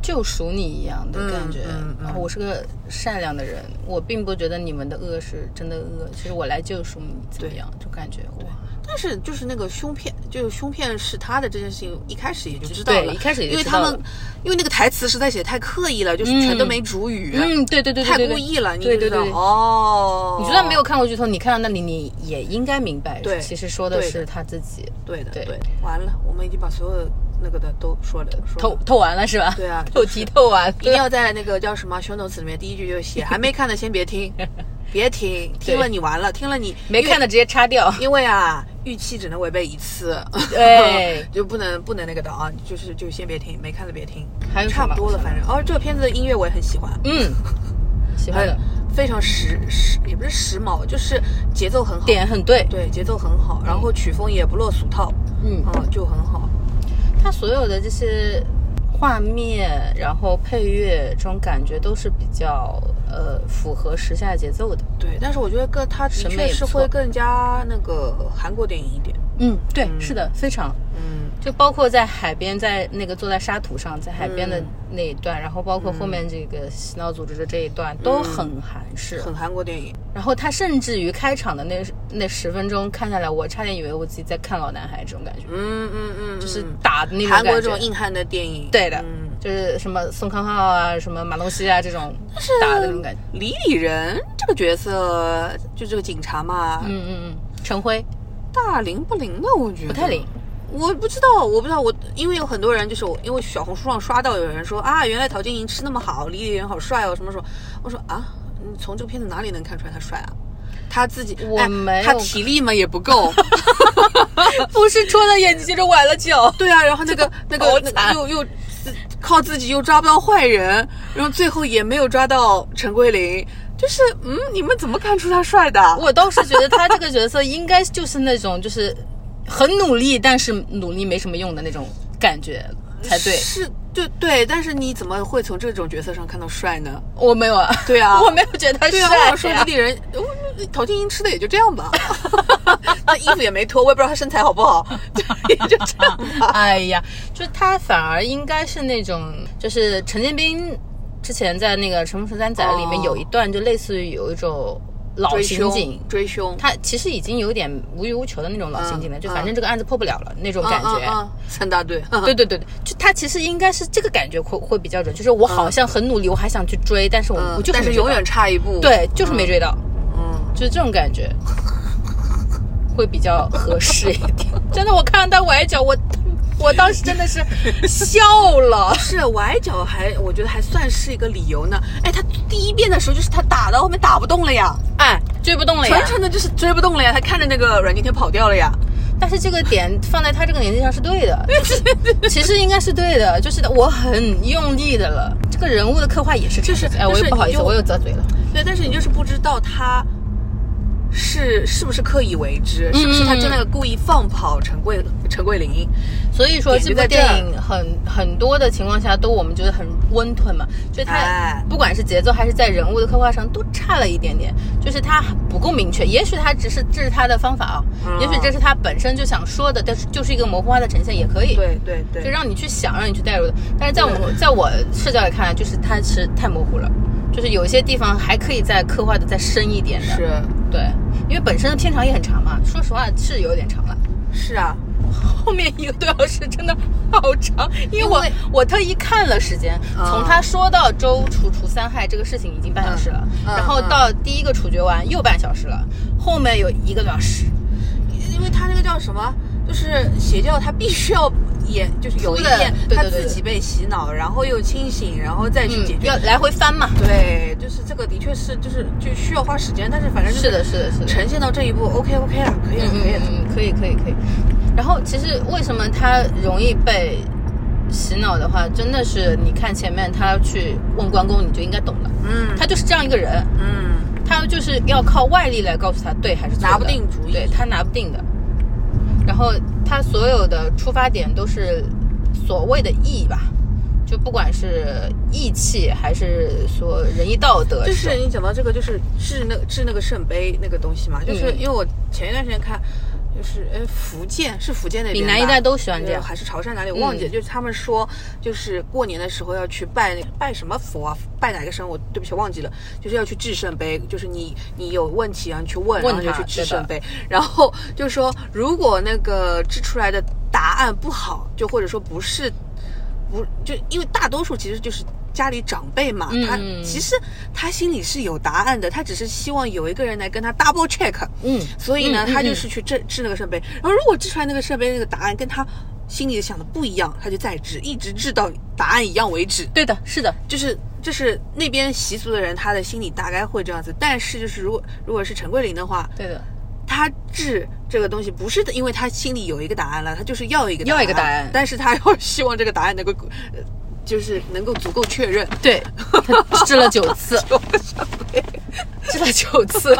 Speaker 2: 救赎你一样的感觉。
Speaker 3: 嗯嗯嗯
Speaker 2: 啊我是个善良的人，我并不觉得你们的恶是真的恶，其实我来救赎你，怎么样？就感觉哇，
Speaker 3: 但是就是那个胸片，就是胸片是他的这件事情，一开始也就知道了。
Speaker 2: 对，一开始也
Speaker 3: 因为
Speaker 2: 知
Speaker 3: 他
Speaker 2: 道
Speaker 3: 们
Speaker 2: 了，
Speaker 3: 因为那个台词实在写得太刻意了，就是全都没主语，
Speaker 2: 嗯，对对对对
Speaker 3: 太
Speaker 2: 对，
Speaker 3: 故意了，你
Speaker 2: 对
Speaker 3: 就
Speaker 2: 对
Speaker 3: 知道
Speaker 2: 对。
Speaker 3: 哦。
Speaker 2: 你就算没有看过剧透，你看到那里你也应该明白，
Speaker 3: 对
Speaker 2: 其实说的
Speaker 3: 对的
Speaker 2: 是他自己
Speaker 3: 对的，
Speaker 2: 对
Speaker 3: 对，完了，我们已经把所有那个的都说了，说
Speaker 2: 透
Speaker 3: 了
Speaker 2: 透完了是吧？ [laughs]
Speaker 3: 对啊
Speaker 2: 透
Speaker 3: 就是
Speaker 2: 题透完了，
Speaker 3: 一定要在那个叫什么 show notes 里面第一句就写，还没看的先
Speaker 2: [laughs]
Speaker 3: 别听，别听，听了你完了，听了你
Speaker 2: 没看的直接擦 [laughs] 掉。
Speaker 3: 因为啊，预期只能违背一次，
Speaker 2: 对
Speaker 3: [laughs] 就不能不能那个的啊，就是就先别听，没看的别听，
Speaker 2: 还有什
Speaker 3: 差
Speaker 2: 么
Speaker 3: 不多了，反正。哦，这个片子的音乐我也很喜欢，
Speaker 2: 嗯，喜欢的
Speaker 3: 很非常时时也不是时髦，就是节奏很好，
Speaker 2: 点很对，
Speaker 3: 对节奏很好，然后曲风也不落俗套，
Speaker 2: 嗯
Speaker 3: 嗯，就很好，
Speaker 2: 它所有的这些画面，然后配乐这种感觉都是比较呃符合时下节奏的。
Speaker 3: 对，但是我觉得更它的
Speaker 2: 审美
Speaker 3: 确
Speaker 2: 也
Speaker 3: 是
Speaker 2: 不错
Speaker 3: 会更加那个韩国电影一点，
Speaker 2: 嗯，对，是的，非常。
Speaker 3: 嗯，
Speaker 2: 就包括在海边，在那个坐在沙土上，在海边的
Speaker 3: 嗯
Speaker 2: 那一段，然后包括后面这个洗脑组织的这一段，都嗯很韩式。
Speaker 3: 很韩国电影，
Speaker 2: 然后他甚至于开场的那那十分钟看下来，我差点以为我自己在看《老男孩》这种感觉，
Speaker 3: 嗯嗯嗯，
Speaker 2: 就是
Speaker 3: 嗯
Speaker 2: 打的那种
Speaker 3: 韩国
Speaker 2: 感
Speaker 3: 这种
Speaker 2: 觉。
Speaker 3: 硬汉的电影，
Speaker 2: 对的
Speaker 3: 嗯。
Speaker 2: 就是什么宋康昊啊，什么马东锡啊这种打的那种感觉。
Speaker 3: 李李仁这个角色，就这个警察嘛，
Speaker 2: 嗯嗯嗯，陈辉
Speaker 3: 大灵不灵的，我觉
Speaker 2: 不
Speaker 3: 得
Speaker 2: 太灵。。 [laughs]
Speaker 3: 我不知道，我不知道，我因为有很多人就是我，因为小红书上刷到有人说啊，原来陶晶莹吃那么好，李李仁好帅哦，什么什么。我说啊，你从这个片子哪里能看出来他帅啊？他自己
Speaker 2: 我
Speaker 3: 哎
Speaker 2: 没有
Speaker 3: 他体力嘛也不够。
Speaker 2: 不是戳到眼睛就是崴了脚。
Speaker 3: [laughs] 对啊，然后那个那
Speaker 2: 好
Speaker 3: 个那
Speaker 2: 惨
Speaker 3: 又又自靠自己又抓不到坏人，然后最后也没有抓到陈桂林，就是嗯，你们怎么看出他帅的？
Speaker 2: 我倒是觉得他这个角色应该就是那种就是很努力，但是努力没什么用的那种感觉才对。
Speaker 3: 是，对对，但是你怎么会从这种角色上看到帅呢？
Speaker 2: 我没有啊，
Speaker 3: 对啊
Speaker 2: 我没有觉得他
Speaker 3: 对啊，
Speaker 2: 帅
Speaker 3: 我说李李人，我陶晶莹吃的也就这样吧，那衣服也没脱，我也不知道她身材好不 [laughs] 好，嗯就也就这样
Speaker 2: [laughs]
Speaker 3: 吧。
Speaker 2: 哎呀，就是他反而应该是那种，就是陈建斌之前在那个《沉默十三载》里面
Speaker 3: 哦
Speaker 2: 有一段，就类似于有一种老
Speaker 3: 追
Speaker 2: 刑警
Speaker 3: 凶，，追凶，
Speaker 2: 他其实已经有点无欲无求的那种老刑警了，
Speaker 3: 嗯
Speaker 2: 就反正这个案子破不了了那种
Speaker 3: 嗯
Speaker 2: 感觉。
Speaker 3: 嗯嗯三大队，
Speaker 2: 对对对对，就他其实应该是这个感觉会会比较准，就是我好像很努力，我还想去追，但是我、
Speaker 3: 嗯
Speaker 2: 我就是
Speaker 3: 但
Speaker 2: 没
Speaker 3: 是
Speaker 2: 追到
Speaker 3: 永远差一步。
Speaker 2: 对，就是没追到，
Speaker 3: 嗯，
Speaker 2: 就是这种感觉，会比较合适一点。真的，我看到他崴脚，我我当时真的是笑
Speaker 3: [laughs]
Speaker 2: 了。
Speaker 3: 是崴脚还，我觉得还算是一个理由呢。哎，他第一遍的时候就是他打到后面打不动了呀，
Speaker 2: 哎，追不动了呀
Speaker 3: 纯！纯的就是追不动了呀，他看着那个阮经天跑掉了呀。
Speaker 2: 但是这个点放在他这个年纪上是对的，其实应该是对的，就是我很用力的了。这个人物的刻画也是这样
Speaker 3: 就是
Speaker 2: 子哎，我
Speaker 3: 就是
Speaker 2: 又不好
Speaker 3: 你
Speaker 2: 意思，
Speaker 3: 就
Speaker 2: 我又得罪了。
Speaker 3: 对，但是你就是不知道他是是不是刻意为之，是不是
Speaker 2: 嗯
Speaker 3: 他真的故意放跑陈桂陈桂林？
Speaker 2: 所以说
Speaker 3: 点
Speaker 2: 这
Speaker 3: 就
Speaker 2: 部
Speaker 3: 在这
Speaker 2: 电
Speaker 3: 儿
Speaker 2: 影很很多的情况下都我们觉得很温吞嘛，就它
Speaker 3: 哎
Speaker 2: 不管是节奏还是在人物的刻画上都差了一点点，就是它不够明确。也许它只是这是它的方法啊，
Speaker 3: 嗯
Speaker 2: 也许这是它本身就想说的，但是就是一个模糊化的呈现也可以。。
Speaker 3: 对对
Speaker 2: 就
Speaker 3: 对，
Speaker 2: 让你去想，让你去代入的。但是在我在我视角里看来，就是它是太模糊了，就是有一些地方还可以再刻画的再深一点的。
Speaker 3: 是
Speaker 2: 对，因为本身的片长也很长嘛，说实话是有点长了。
Speaker 3: 是啊，
Speaker 2: 后面一个多小时真的好长，因为我
Speaker 3: 因为
Speaker 2: 我特意看了时间，
Speaker 3: 啊
Speaker 2: 从他说到周除除三害这个事情已经半小时了，
Speaker 3: 嗯嗯
Speaker 2: 然后到第一个处决完又半小时了，后面有一个多小时，
Speaker 3: 因为他那个叫什么，就是邪教，他必须要演，就是有一
Speaker 2: 出的
Speaker 3: 天
Speaker 2: 对
Speaker 3: 他
Speaker 2: 对对
Speaker 3: 自己被洗脑，然后又清醒，然后再去解
Speaker 2: 嗯，
Speaker 3: 决。
Speaker 2: 要来回翻嘛。
Speaker 3: 对，就是这个的确是，就是就需要花时间，但是反正就是
Speaker 2: 的，是的，是的。
Speaker 3: 呈现到这一步，OK OK 了，可以了，
Speaker 2: 嗯
Speaker 3: 可以了。
Speaker 2: 嗯，可以可以可以。然后其实为什么他容易被洗脑的话，真的是你看前面他去问关公，你就应该懂了，
Speaker 3: 嗯
Speaker 2: 他就是这样一个人，
Speaker 3: 嗯，
Speaker 2: 他就是要靠外力来告诉他对还是错的
Speaker 3: 拿不定主意
Speaker 2: 对他拿不定的。然后他所有的出发点都是所谓的义吧，就不管是义气还是说仁义道德这
Speaker 3: 就
Speaker 2: 种，
Speaker 3: 是你讲到这个，就是治那治那个圣杯那个东西嘛，就是
Speaker 2: 嗯
Speaker 3: 因为我前一段时间看。就是哎，福建是福建那边
Speaker 2: 闽
Speaker 3: 吧，
Speaker 2: 南一带都喜欢这样
Speaker 3: 呃还是潮汕哪里我忘
Speaker 2: 嗯
Speaker 3: 记了。就是他们说，就是过年的时候要去拜那拜什么佛啊，拜哪个神，我对不起忘记了，就是要去治圣杯，就是你你有问题啊，你去问，
Speaker 2: 问
Speaker 3: 然后你
Speaker 2: 他
Speaker 3: 就去治
Speaker 2: 对的
Speaker 3: 圣杯，然后就说如果那个治出来的答案不好，就或者说不是不就因为大多数其实就是家里长辈嘛，
Speaker 2: 嗯
Speaker 3: 他
Speaker 2: 嗯
Speaker 3: 其实他心里是有答案的，他只是希望有一个人来跟他 double check，
Speaker 2: 嗯
Speaker 3: 所以呢，
Speaker 2: 嗯嗯
Speaker 3: 他就是去治治那个圣杯，然后如果治出来那个圣杯那个答案跟他心里想的不一样，他就再治，一直治到答案一样为止。
Speaker 2: 对的，是的，
Speaker 3: 就是就是那边习俗的人，他的心里大概会这样子，但是就是如果如果是陈桂林的话，
Speaker 2: 对的，
Speaker 3: 他治这个东西不是因为他心里有一个答案了，他就是要一个
Speaker 2: 要一个答案
Speaker 3: 但是他要希望这个答案能够，呃就是能够足够确认。
Speaker 2: 对，他治了九次， [laughs] 治了九次，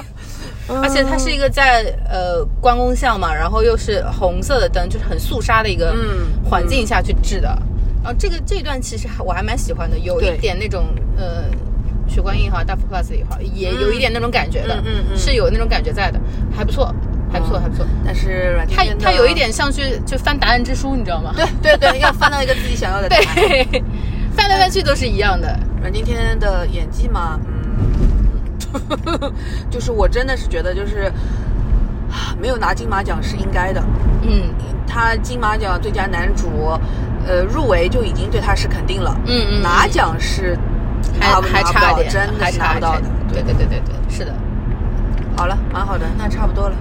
Speaker 2: 而且它是一个在呃关公像嘛，然后又是红色的灯，就是很肃杀的一个
Speaker 3: 嗯
Speaker 2: 环境下去治的。然后这个这段其实还我还蛮喜欢的，有
Speaker 3: 对
Speaker 2: 一点那种呃。许冠英也好，大富 plus 也好，也有一点那种感觉的，
Speaker 3: 嗯嗯嗯
Speaker 2: 是有那种感觉在的，还不错，还不错，
Speaker 3: 嗯
Speaker 2: 还不错。
Speaker 3: 但是阮经
Speaker 2: 它
Speaker 3: 天的
Speaker 2: 它有一，点像去就翻答案之书，你知道吗？
Speaker 3: 对 [laughs] 对对，要翻到一个自己想要的答案。
Speaker 2: 对， [laughs] 翻来翻去都是一样的。
Speaker 3: 阮经天的演技嘛，嗯， [laughs] 就是我真的是觉得就是啊没有拿金马奖是应该的。
Speaker 2: 嗯
Speaker 3: 他金马奖最佳男主，呃，入围就已经对他是肯定了。
Speaker 2: 嗯嗯，
Speaker 3: 拿奖是
Speaker 2: 还
Speaker 3: 拿不
Speaker 2: 还
Speaker 3: 拿不
Speaker 2: 差
Speaker 3: 到
Speaker 2: 点，
Speaker 3: 真的
Speaker 2: 还
Speaker 3: 是
Speaker 2: 差
Speaker 3: 拿
Speaker 2: 一
Speaker 3: 不到
Speaker 2: 点
Speaker 3: 的。。
Speaker 2: 对对对对对，是的。
Speaker 3: 好了，蛮好的，那差不多了。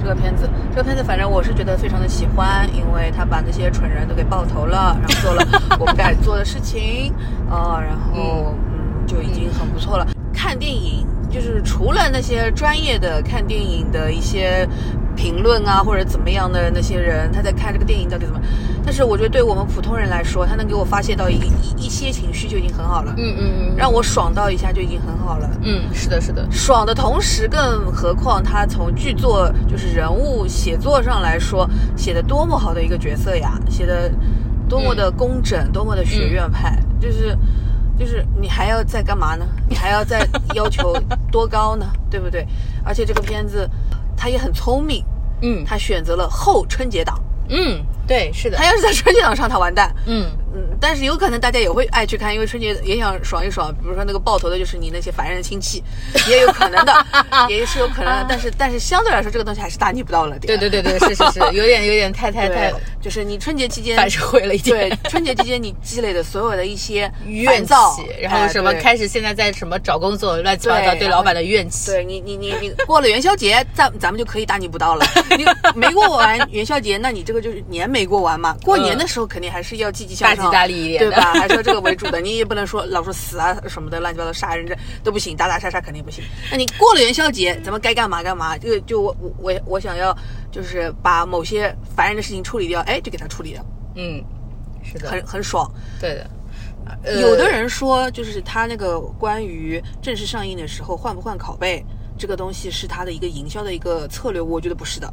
Speaker 3: 这个片子，这个片子，反正我是觉得非常的喜欢，因为他把那些蠢人都给爆头了，然后做了 [laughs] 我不该做的事情，呃，然后嗯，就已经很不错了。看电影就是除了那些专业的看电影的一些评论啊，或者怎么样的那些人，他在看这个电影到底怎么，但是我觉得对我们普通人来说，他能给我发泄到一一一些情绪就已经很好了，
Speaker 2: 嗯嗯
Speaker 3: 让我爽到一下就已经很好了。
Speaker 2: 嗯，是的，是的。
Speaker 3: 爽的同时，更何况他从剧作就是人物写作上来说，写的多么好的一个角色呀，写的多么的工整，多么的学院派，就是就是你还要再干嘛呢？ [laughs] 你还要再要求多高呢？ [laughs] 对不对？而且这个片子他也很聪明，
Speaker 2: 嗯
Speaker 3: 他选择了后春节档，
Speaker 2: 嗯，对，是的
Speaker 3: 他。要是在春节档上，他完蛋。
Speaker 2: 嗯，
Speaker 3: 嗯，但是有可能大家也会爱去看，因为春节也想爽一爽。比如说那个爆头的，就是你那些烦人的亲戚，也有可能的，
Speaker 2: [laughs]
Speaker 3: 也是有可能的。但是但是相对来说，这个东西还是大逆不道了点。
Speaker 2: 对对对对，是是是，有点有点太太太
Speaker 3: 对，就是你春节期间
Speaker 2: 反社会了一
Speaker 3: 对
Speaker 2: 点。
Speaker 3: 春节期间你积累的所有的一些
Speaker 2: 怨
Speaker 3: 烦
Speaker 2: 气
Speaker 3: 躁，，
Speaker 2: 然后什么
Speaker 3: 哎对
Speaker 2: 开始现在在什么找工作乱七八糟
Speaker 3: 对
Speaker 2: 对老板的怨气，
Speaker 3: [laughs] 对你，你你你过了元宵节，咱咱们就可以大逆不道了。你没过完元宵节，那你这个就是年没过完嘛。过年的时候肯定还是要积极向上，
Speaker 2: 大吉大利一点的
Speaker 3: 对吧？还是要这个为主的。你也不能说老说死啊什么的，乱七八糟杀人这都不行，打打杀杀肯定不行。那你过了元宵节，咱们该干嘛干嘛。这个就我我我我想要就是把某些烦人的事情处理掉，哎，就给他处理掉，
Speaker 2: 嗯，是的，
Speaker 3: 很很爽。
Speaker 2: 对的。呃
Speaker 3: 有的人说，就是他那个关于正式上映的时候换不换拷贝。这个东西是它的一个营销的一个策略，我觉得不是的。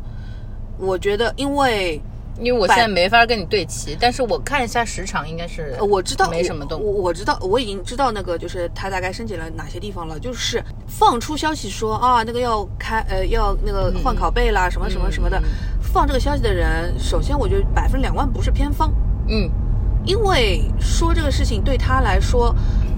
Speaker 3: 我觉得，因为
Speaker 2: 因为我现在没法跟你对齐，但是我看一下时长，应该是
Speaker 3: 呃我知道
Speaker 2: 没什么动
Speaker 3: 我，我我知道我已经知道那个就是它大概删减了哪些地方了，就是放出消息说啊那个要开呃要那个换拷贝啦、什么什么什么的，
Speaker 2: 嗯
Speaker 3: 放这个消息的人，首先我觉得百分之两万不是偏方，
Speaker 2: 嗯，
Speaker 3: 因为说这个事情对他来说，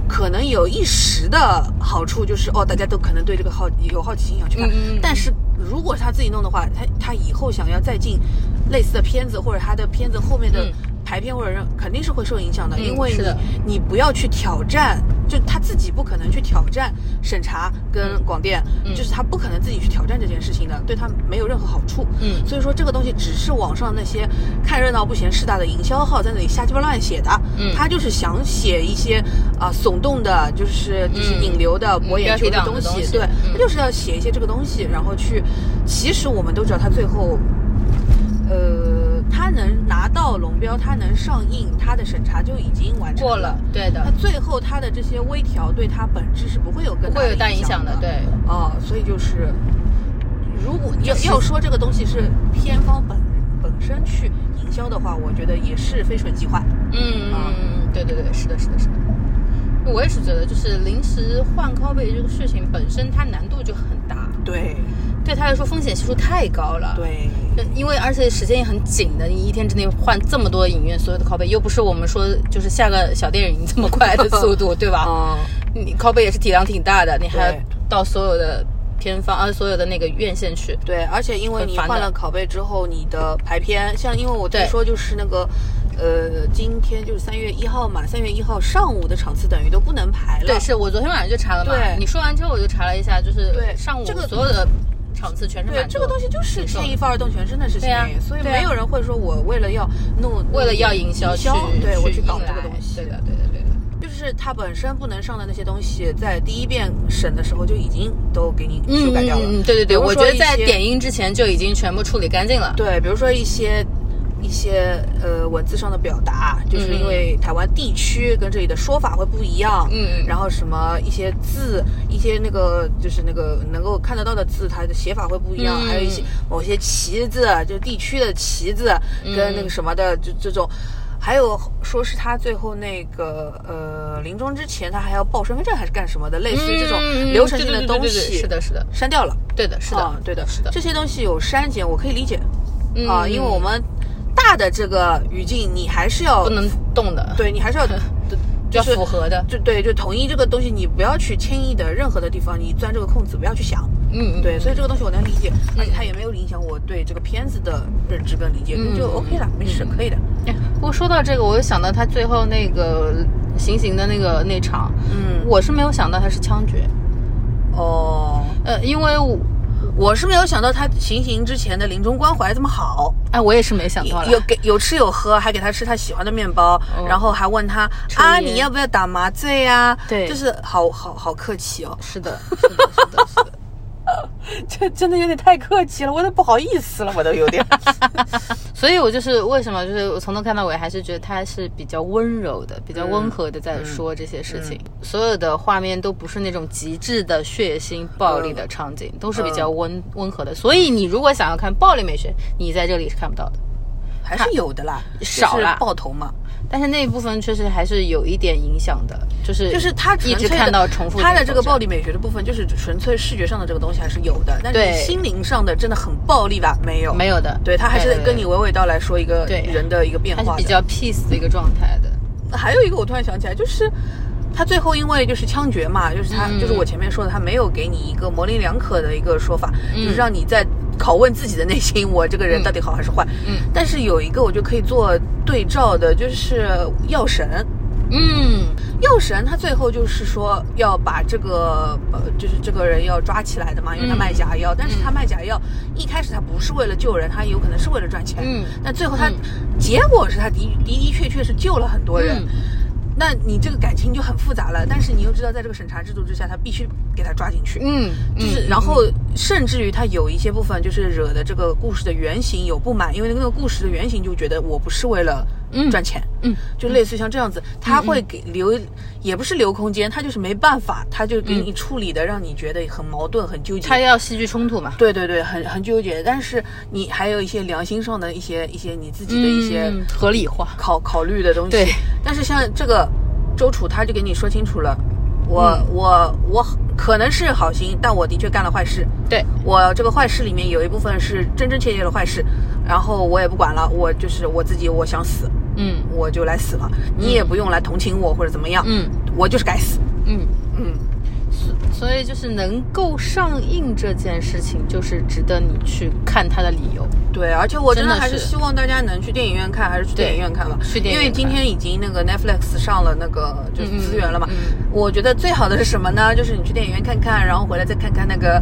Speaker 3: 可能有一时的好处，就是哦，大家都可能对这个好有好奇心想去看。
Speaker 2: 嗯嗯嗯
Speaker 3: 但是如果他自己弄的话，他他以后想要再进类似的片子，或者他的片子后面的
Speaker 2: 嗯
Speaker 3: 排片或者让肯定是会受影响的，
Speaker 2: 嗯
Speaker 3: 因为
Speaker 2: 是的
Speaker 3: 你你不要去挑战，就他自己不可能去挑战审查跟广电，
Speaker 2: 嗯
Speaker 3: 就是他不可能自己去挑战这件事情的，对他没有任何好处。
Speaker 2: 嗯
Speaker 3: 所以说这个东西只是网上那些看热闹不嫌事大的营销号在那里瞎鸡巴乱写的，
Speaker 2: 嗯
Speaker 3: 他就是想写一些啊、耸动的，就是就是
Speaker 2: 嗯
Speaker 3: 引流的、博眼
Speaker 2: 标
Speaker 3: 球
Speaker 2: 题党
Speaker 3: 东
Speaker 2: 的东西
Speaker 3: 对，
Speaker 2: 嗯
Speaker 3: 他就是要写一些这个东西，然后去，其实我们都知道他最后。呃，他能拿到龙标，他能上映，他的审查就已经完成
Speaker 2: 过了，对的
Speaker 3: 他，最后他的这些微调对他本质是不会有更
Speaker 2: 不会有大影响
Speaker 3: 响
Speaker 2: 的，对。
Speaker 3: 哦，所以就是，如果要
Speaker 2: 就是
Speaker 3: 要说这个东西是偏方本本身去营销的话，我觉得也是非蠢即坏。
Speaker 2: 嗯，
Speaker 3: 啊
Speaker 2: 嗯，对对对，是的，是的，是的。我也是觉得，就是临时换 copy 这个事情本身，它难度就很大，
Speaker 3: 对
Speaker 2: 对他来说风险系数太高了。。
Speaker 3: 对，
Speaker 2: 因为而且时间也很紧的，你一天之内换这么多影院所有的拷贝，又不是我们说就是下个小电影这么快的速
Speaker 3: [laughs]
Speaker 2: 度，对吧？
Speaker 3: 嗯，
Speaker 2: 你拷贝也是体量挺大的，你还要
Speaker 3: 对
Speaker 2: 到所有的片方啊，所有的那个院线去。
Speaker 3: 对，而且因为
Speaker 2: 很
Speaker 3: 你
Speaker 2: 烦的
Speaker 3: 换了拷贝之后，你的排片，像因为我听
Speaker 2: 对
Speaker 3: 说就是那个。呃，今天就是三月一号嘛，三月一号上午的场次等于都不能排了。
Speaker 2: 对，是我昨天晚上就查了嘛
Speaker 3: 对。
Speaker 2: 你说完之后我就查了一下，就是
Speaker 3: 对
Speaker 2: 上午
Speaker 3: 这个
Speaker 2: 所有的场次全是
Speaker 3: 对
Speaker 2: 满，
Speaker 3: 这个
Speaker 2: 座
Speaker 3: 东西就是
Speaker 2: 是的
Speaker 3: 牵一发而动全身的事情
Speaker 2: 对啊
Speaker 3: 哎，所以
Speaker 2: 对啊
Speaker 3: 没有人会说我为了要弄，
Speaker 2: 为了要营销
Speaker 3: 营
Speaker 2: 去，
Speaker 3: 销，对我
Speaker 2: 去
Speaker 3: 去搞
Speaker 2: 硬
Speaker 3: 这个
Speaker 2: 来
Speaker 3: 东西。
Speaker 2: 对的，对的，对的。
Speaker 3: 就是它本身不能上的那些东西，在第一遍审的时候就已经都给你修改掉了。
Speaker 2: 嗯，对对
Speaker 3: 比
Speaker 2: 对，
Speaker 3: 如说
Speaker 2: 我觉得在
Speaker 3: 一些
Speaker 2: 点映之前就已经全部处理干净了。
Speaker 3: 对，比如说一些一些呃文字上的表达，
Speaker 2: 嗯
Speaker 3: 就是因为台湾地区跟这里的说法会不一样。
Speaker 2: 嗯
Speaker 3: 然后什么一些字，一些那个就是那个能够看得到的字，它的写法会不一样，
Speaker 2: 嗯
Speaker 3: 还有一些某些旗子，就是地区的旗子跟那个什么的，就这种。还有说是他最后那个呃临终之前，他还要报身份证还是干什么的，类似于这种
Speaker 2: 嗯
Speaker 3: 流程性
Speaker 2: 对
Speaker 3: 的
Speaker 2: 对对
Speaker 3: 东
Speaker 2: 对对
Speaker 3: 西，
Speaker 2: 是的，是的，
Speaker 3: 删掉了。
Speaker 2: 对的，是
Speaker 3: 啊
Speaker 2: 的，
Speaker 3: 对的，
Speaker 2: 是的
Speaker 3: 这些东西有删减，我可以理解啊，
Speaker 2: 嗯
Speaker 3: 因为我们大的这个语境，你还是要
Speaker 2: 不能动的，
Speaker 3: 对你还是
Speaker 2: [laughs]
Speaker 3: 要
Speaker 2: 就
Speaker 3: 就是
Speaker 2: 要符合的。
Speaker 3: 就对，就统一这个东西，你不要去轻易的任何的地方，你钻这个空子，不要去想。
Speaker 2: 嗯，嗯
Speaker 3: 对，所以这个东西我能理解，而且
Speaker 2: 嗯
Speaker 3: 它也没有影响我对这个片子的认知跟理解，
Speaker 2: 嗯
Speaker 3: 就 OK 了，没事，可以的。
Speaker 2: 哎不过说到这个，我又想到他最后那个行刑的那个那场，
Speaker 3: 嗯，
Speaker 2: 我是没有想到他是枪决，
Speaker 3: 哦，
Speaker 2: 呃，因为我
Speaker 3: 我是没有想到他行刑之前的临终关怀这么好。
Speaker 2: 哎，我也是没想到了
Speaker 3: 有。给有吃有喝，还给他吃他喜欢的面包，
Speaker 2: 哦
Speaker 3: 然后还问他
Speaker 2: 抽
Speaker 3: 啊，
Speaker 2: 烟
Speaker 3: 你要不要打麻醉呀、
Speaker 2: 对
Speaker 3: 就是好好好客气哦，
Speaker 2: 是的，是的，是的，是的。
Speaker 3: [laughs] 这真的有点太客气了，我都不好意思了，我都有点。
Speaker 2: 所以我就是为什么，就是我从头看到尾，还是觉得他是比较温柔的、比较温和的在
Speaker 3: 嗯
Speaker 2: 说这些事情。所有的画面都不是那种极致的血腥、暴力的场景，都是比较温、温和的。所以你如果想要看暴力美学，你在这里是看不到的。
Speaker 3: [laughs] 还是有的啦，
Speaker 2: 少啦
Speaker 3: 就是爆头嘛，
Speaker 2: 但是那一部分确实还是有一点影响的，就是
Speaker 3: 就是他
Speaker 2: 一
Speaker 3: 纯
Speaker 2: 直
Speaker 3: 粹的
Speaker 2: 看到重复
Speaker 3: 他的这个暴
Speaker 2: 力，
Speaker 3: 力美学的部分，就是纯粹视觉上的这个东西还是有的，但
Speaker 2: 对
Speaker 3: 是心灵上的真的很暴力吧？没有，
Speaker 2: 没
Speaker 3: 有，
Speaker 2: 有的，
Speaker 3: 对他还是
Speaker 2: 对
Speaker 3: 跟你娓娓道来说一个
Speaker 2: 对
Speaker 3: 人的一个变
Speaker 2: 还
Speaker 3: 化
Speaker 2: 是
Speaker 3: 的，
Speaker 2: 比较 peace 的一个状态的。
Speaker 3: 还有一个我突然想起来，就是他最后因为就是枪决嘛，就是他、
Speaker 2: 嗯
Speaker 3: 就是我前面说的，他没有给你一个模棱两可的一个说法，
Speaker 2: 嗯
Speaker 3: 就是让你在拷问自己的内心，我这个人到底好还是坏。
Speaker 2: 嗯
Speaker 3: 但是有一个我就可以做对照的，就是药神。
Speaker 2: 嗯
Speaker 3: 药神他最后就是说要把这个呃，就是这个人要抓起来的嘛，因为他
Speaker 2: 嗯
Speaker 3: 卖假药。但是他
Speaker 2: 嗯
Speaker 3: 卖假药一开始他不是为了救人，他有可能是为了赚钱。
Speaker 2: 嗯
Speaker 3: 但最后他、
Speaker 2: 嗯
Speaker 3: 结果是他的的的确确是救了很多人。
Speaker 2: 嗯
Speaker 3: 那你这个感情就很复杂了，但是你又知道，在这个审查制度之下，他必须给他抓进去。
Speaker 2: 嗯，
Speaker 3: 就是，
Speaker 2: 嗯
Speaker 3: 然后甚至于他有一些部分就是惹的这个故事的原型有不满，因为那个故事的原型就觉得我不是为了
Speaker 2: 嗯
Speaker 3: 赚钱，
Speaker 2: 嗯，
Speaker 3: 就类似于像这样子，他会给留，也不是留空间，他就是没办法，他就给你处理的，让你觉得很矛盾、很纠
Speaker 2: 嗯
Speaker 3: 结。
Speaker 2: 他要戏剧冲突嘛？
Speaker 3: 对对对，很很纠结，但是你还有一些良心上的一些一些你自己的一些
Speaker 2: 嗯合理化。
Speaker 3: 考考虑的东西。
Speaker 2: 对，
Speaker 3: 但是像这个周楚，他就给你说清楚了，我、
Speaker 2: 嗯
Speaker 3: 我我可能是好心，但我的确干了坏事。
Speaker 2: 对，
Speaker 3: 我这个坏事里面有一部分是真真切切的坏事，然后我也不管了，我就是我自己，我想死，
Speaker 2: 嗯
Speaker 3: 我就来死了，你也不用来同情我或者怎么样，
Speaker 2: 嗯
Speaker 3: 我就是该死，
Speaker 2: 嗯，
Speaker 3: 嗯，
Speaker 2: 所以就是能够上映这件事情，就是值得你去看它的理由。
Speaker 3: 对，而且我真的
Speaker 2: 真的
Speaker 3: 还是
Speaker 2: 是
Speaker 3: 希望大家能去电影院看，还是去
Speaker 2: 对
Speaker 3: 电影院看吧，
Speaker 2: 去电影
Speaker 3: 因为
Speaker 2: 院
Speaker 3: 今
Speaker 2: 看
Speaker 3: 天已经那个 Netflix 上了那个就是
Speaker 2: 嗯嗯
Speaker 3: 资源了嘛，
Speaker 2: 嗯嗯
Speaker 3: 我觉得最好的是什么呢？就是你去电影院看看，然后回来再看看那个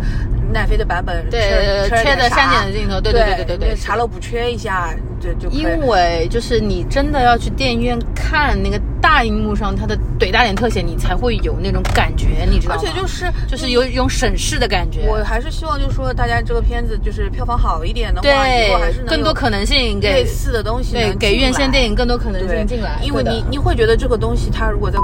Speaker 3: 奈飞的版本，
Speaker 2: 对呃
Speaker 3: 缺
Speaker 2: 缺的
Speaker 3: 啥
Speaker 2: 删减的镜头对
Speaker 3: 对
Speaker 2: 对对对对对
Speaker 3: 那
Speaker 2: 是
Speaker 3: 查漏补缺一下就就可以
Speaker 2: 因为就是你真的要去电影院看那个大荧幕上它的怼大脸特写，你才会有那种感觉，你知道
Speaker 3: 而
Speaker 2: 吗？
Speaker 3: 且就是
Speaker 2: 就是有一种审视的感觉。
Speaker 3: 我还是希望，就是说大家这个片子就是票房好一点的话，以后还
Speaker 2: 对，
Speaker 3: 是能
Speaker 2: 更多
Speaker 3: 有
Speaker 2: 可能性
Speaker 3: 类
Speaker 2: 给
Speaker 3: 似的东西能
Speaker 2: 对
Speaker 3: 进
Speaker 2: 给院线
Speaker 3: 来
Speaker 2: 电影更多可能
Speaker 3: 对
Speaker 2: 性进来，
Speaker 3: 因为
Speaker 2: 对的嗯
Speaker 3: 你你会觉得这个东西它如果在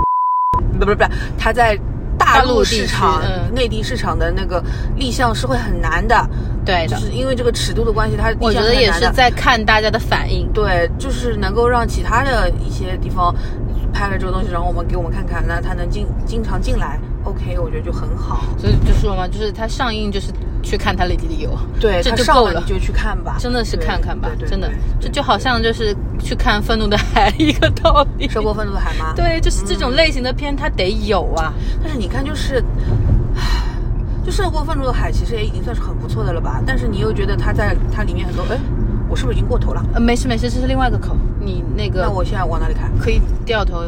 Speaker 3: 不不不，它在大
Speaker 2: 大陆
Speaker 3: 陆
Speaker 2: 地
Speaker 3: 市
Speaker 2: 区
Speaker 3: 场、
Speaker 2: 嗯
Speaker 3: 内地市场的那个立项是会很难的，
Speaker 2: 对
Speaker 3: 就
Speaker 2: 的，
Speaker 3: 是因为这个尺度的关系，它是立
Speaker 2: 我觉
Speaker 3: 项
Speaker 2: 得
Speaker 3: 很
Speaker 2: 也
Speaker 3: 难
Speaker 2: 是
Speaker 3: 的
Speaker 2: 在看大家的反应。
Speaker 3: 对，就是能够让其他的一些地方拍了这个东西，然后我们给我们看看，那它能经经常进来，OK，我觉得就很好。
Speaker 2: 所以就说嘛，就是它上映就是去看它的理由，
Speaker 3: 对，
Speaker 2: 这
Speaker 3: 它
Speaker 2: 就
Speaker 3: 上
Speaker 2: 够
Speaker 3: 了
Speaker 2: 了
Speaker 3: 你。就去看吧，
Speaker 2: [laughs] 真的是
Speaker 3: 对
Speaker 2: 看看吧
Speaker 3: 对，对
Speaker 2: 真的
Speaker 3: 对，
Speaker 2: 这
Speaker 3: 对
Speaker 2: 就好像就是去看《愤怒的海》一个道理。
Speaker 3: 收过愤怒的海吗？
Speaker 2: [laughs] 对，就是这种类型的片，它得有啊。
Speaker 3: 但是你看，就是，唉就《涉过愤怒的海》其实也已经算是很不错的了吧？但是你又觉得它在它里面很多，哎，我是不是已经过头了？
Speaker 2: 呃，没事没事，这是另外一个口，你那个
Speaker 3: 那我现在往哪里看？
Speaker 2: 可以掉头，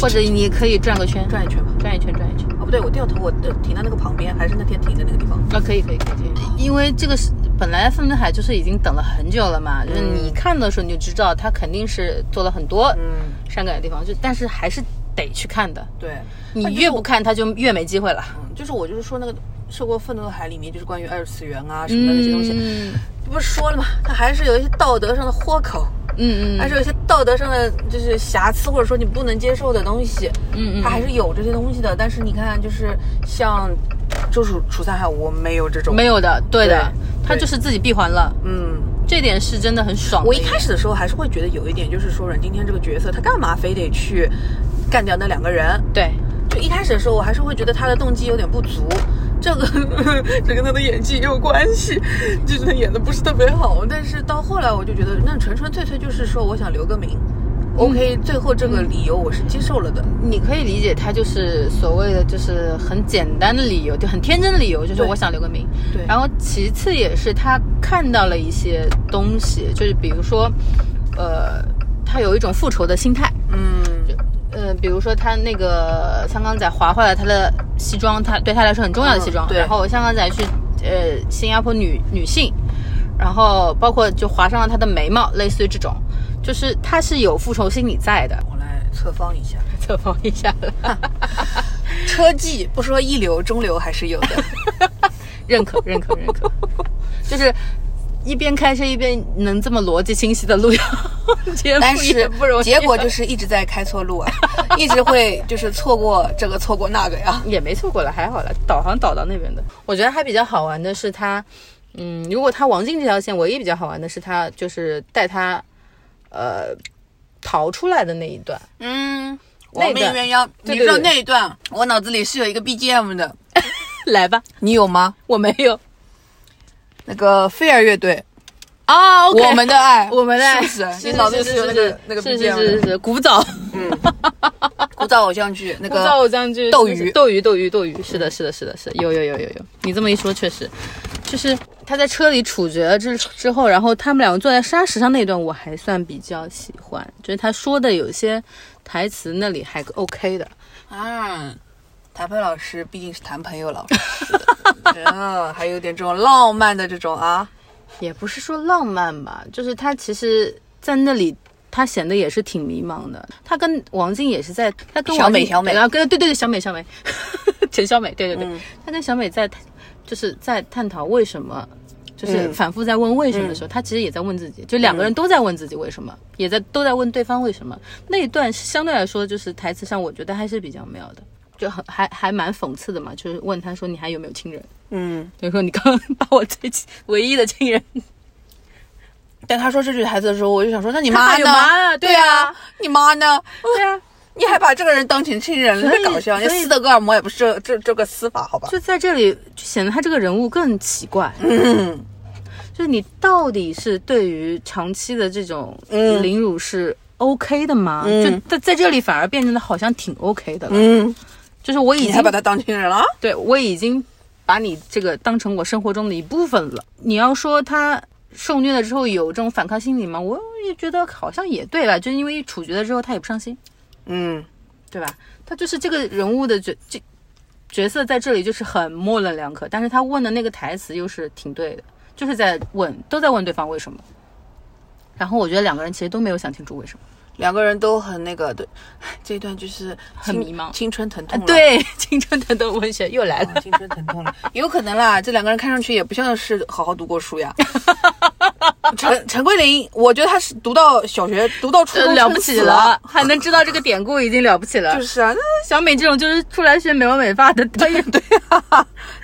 Speaker 2: 或者你可以转个圈，
Speaker 3: 转一圈吧。
Speaker 2: 转一圈，转一圈。
Speaker 3: 哦，不对，我掉头，我呃停在那个旁边，还是那天停的那个地方。
Speaker 2: 啊，可以可以可以，因为这个是本来愤怒海就是已经等了很久了
Speaker 3: 嗯
Speaker 2: 嘛，就是你看的时候你就知道他肯定是做了很多
Speaker 3: 嗯，
Speaker 2: 删改的地方，就但是还是得去看的，
Speaker 3: 对，
Speaker 2: 你越不看他就越没机会了。
Speaker 3: 嗯，就是我就是说那个《涉过愤怒的海》里面就是关于二次元啊什么的那些东西，
Speaker 2: 嗯
Speaker 3: 不是说了吗？它还是有一些道德上的豁口。
Speaker 2: 嗯嗯，
Speaker 3: 还是有一些道德上的就是瑕疵，或者说你不能接受的东西，
Speaker 2: 嗯嗯
Speaker 3: 它还是有这些东西的。但是你看，就是像《周楚楚三海》，我没有这种，
Speaker 2: 嗯没有的，对的
Speaker 3: 对，
Speaker 2: 他
Speaker 3: 对
Speaker 2: 就是自己闭环了，
Speaker 3: 嗯，
Speaker 2: 这点是真的很爽的。
Speaker 3: 我一开始的时候还是会觉得有一点，就是说阮经天这个角色，他干嘛非得去干掉那两个人？
Speaker 2: 对，
Speaker 3: 就一开始的时候，我还是会觉得他的动机有点不足，这个 [laughs] 这跟他的演技也有关系，就是他演的不是特别好。但是到后来，我就觉得那纯纯粹粹就是说我想留个名。OK，、最
Speaker 2: 嗯
Speaker 3: 后这个理由我是接受了的。
Speaker 2: 你可以理解他就是所谓的就是很简单的理由，就很天真的理由，就是
Speaker 3: 对
Speaker 2: 我想留个名。
Speaker 3: 对，
Speaker 2: 然后其次也是他看到了一些东西，就是比如说，呃，他有一种复仇的心态，
Speaker 3: 嗯，
Speaker 2: 呃，比如说他那个香港仔划坏了他的西装，他对他来说很重要的西装，
Speaker 3: 嗯对
Speaker 2: 然后香港仔去呃新加坡女女性，然后包括就划伤了他的眉毛，类似于这种，就是他是有复仇心理在的， [laughs]
Speaker 3: 我来测方一下。
Speaker 2: 测风一下了，
Speaker 3: 车技不说一流，中流还是
Speaker 2: [laughs]
Speaker 3: 有的。
Speaker 2: [laughs] 认可认可认可，就是。一边开车一边能这么逻辑清晰的录 [laughs] 节目，
Speaker 3: 但
Speaker 2: 也
Speaker 3: 是
Speaker 2: 不容易。
Speaker 3: 结果就是一直在开
Speaker 2: [laughs]
Speaker 3: 错路啊，一直会就是错过这个错过那个呀。
Speaker 2: 也没错过了，还好了，导航导到那边的。我觉得还比较好玩的是他，嗯，如果他王静这条线，唯一比较好玩的是他就是带他，呃，逃出来的那一段。
Speaker 3: 嗯，
Speaker 2: 那
Speaker 3: 亡
Speaker 2: 一
Speaker 3: 命
Speaker 2: 段
Speaker 3: 鸳鸯，
Speaker 2: 对对
Speaker 3: 你知道
Speaker 2: 对
Speaker 3: 那一段，我脑子里是有一个 BGM 的，
Speaker 2: 来吧，
Speaker 3: 你有吗？
Speaker 2: 我没有
Speaker 3: 那个飞儿乐队，
Speaker 2: 啊
Speaker 3: 我们的
Speaker 2: [laughs]
Speaker 3: 爱，
Speaker 2: 我们的
Speaker 3: 是不是？你脑子里有那个那个
Speaker 2: 是是
Speaker 3: BGM
Speaker 2: 是
Speaker 3: 的
Speaker 2: 是古早
Speaker 3: 古早偶像剧那
Speaker 2: 古早
Speaker 3: 个
Speaker 2: 偶像剧
Speaker 3: 斗鱼
Speaker 2: 斗鱼斗鱼斗鱼，是的是的是的是的，有有有有有，你这么一说确实，就是他在车里处决了之之后，然后他们两个坐在沙石上那段我还算比较喜欢，就是他说的有些台词那里还 OK 的。
Speaker 3: 啊。谭佩老师毕竟是谭朋友老师的， [laughs] 嗯，还有点这种浪漫的这种啊，
Speaker 2: 也不是说浪漫吧，就是他其实，在那里他显得也是挺迷茫的。他跟王静也是在，他跟王静
Speaker 3: 小美小美嗯
Speaker 2: 然后跟对对对小美小美， [laughs] 陈小美，对对对，他跟小美在，就是在探讨为什么。就是
Speaker 3: 嗯
Speaker 2: 反复在问为什么的时候，他其实也在问自己，就两个人都在问自己为什
Speaker 3: 嗯
Speaker 2: 么，也在都在问对方为什么。那一段相对来说就是台词上，我觉得还是比较妙的，就很还还蛮讽刺的嘛，就是问他说你还有没有亲人？
Speaker 3: 嗯，
Speaker 2: 就是说你刚刚 [laughs] 把我最亲唯一的亲人，
Speaker 3: [laughs] 但他说这句台词的时候，我就想说，那你
Speaker 2: 他
Speaker 3: 妈
Speaker 2: 还有
Speaker 3: 呢？
Speaker 2: 妈呢对
Speaker 3: 对
Speaker 2: 啊
Speaker 3: 啊，你妈呢？
Speaker 2: 对啊，
Speaker 3: 你还把这个人当成亲人了，
Speaker 2: 所以
Speaker 3: 太搞笑！人
Speaker 2: 所
Speaker 3: 家
Speaker 2: 以
Speaker 3: 斯德哥尔摩也不是这这这个司法，好吧？
Speaker 2: 就在这里就显得他这个人物更奇怪。
Speaker 3: 嗯
Speaker 2: 就是你到底是对于长期的这种
Speaker 3: 嗯
Speaker 2: 凌辱是 OK 的吗？
Speaker 3: 嗯
Speaker 2: 就在在这里反而变成了好像挺 OK 的了。
Speaker 3: 嗯，
Speaker 2: 就是我已
Speaker 3: 你还
Speaker 2: 经
Speaker 3: 把他当亲人了？
Speaker 2: 对我已经把你这个当成我生活中的一部分了。你要说他受虐了之后有这种反抗心理吗？我也觉得好像也对了，就是因为处决了之后他也不伤心，
Speaker 3: 嗯
Speaker 2: 对吧？他就是这个人物的角这角色在这里就是很模棱两可，但是他问的那个台词又是挺对的，就是在问都在问对方为什么。然后我觉得两个人其实都没有想清楚为什么，
Speaker 3: 两个人都很那个，对，唉这一段就是
Speaker 2: 很
Speaker 3: 青
Speaker 2: 迷茫
Speaker 3: 青春疼痛了。
Speaker 2: 对， [laughs] 青春疼痛文学又来了。
Speaker 3: 啊，青春疼痛了， [laughs] 有可能啦。这两个人看上去也不像是好好读过书呀。 [laughs] 陈陈桂林，我觉得他是读到小学，读到初
Speaker 2: 这
Speaker 3: 中
Speaker 2: 呃了
Speaker 3: 撑
Speaker 2: 不起
Speaker 3: 死
Speaker 2: 了，还能知道这个典故已经了不起了。
Speaker 3: 就是啊，那
Speaker 2: 小美这种就是出来学美容美发的，
Speaker 3: [laughs]
Speaker 2: 她也对，啊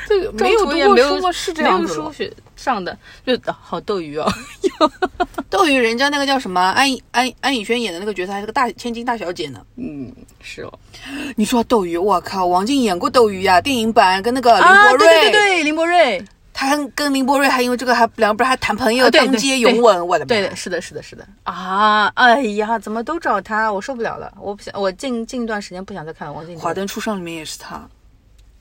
Speaker 3: 这个没有
Speaker 2: 中
Speaker 3: 读
Speaker 2: 途也没有
Speaker 3: 过书吗？是这样
Speaker 2: 没
Speaker 3: 子
Speaker 2: 有
Speaker 3: 的
Speaker 2: 书学上的，就好斗鱼哦。 [laughs]
Speaker 3: 斗鱼人家那个叫什么安以安安以轩演的那个角色还是个大千金大小姐呢。
Speaker 2: 嗯，是哦。
Speaker 3: 你说斗鱼，我靠，王静演过斗鱼呀、电影版跟那个林
Speaker 2: 啊，
Speaker 3: 柏
Speaker 2: 对
Speaker 3: 瑞，
Speaker 2: 对对对，林博瑞，
Speaker 3: 他还跟林柏瑞还因为这个还两不是还谈朋友，
Speaker 2: 啊对
Speaker 3: 当街拥吻，我的妈！
Speaker 2: 对的，是的，是的，是的。啊，哎呀，怎么都找他，我受不了了，我不想，我近近一段时间不想再看了王晶。
Speaker 3: 华灯初上里面也是他，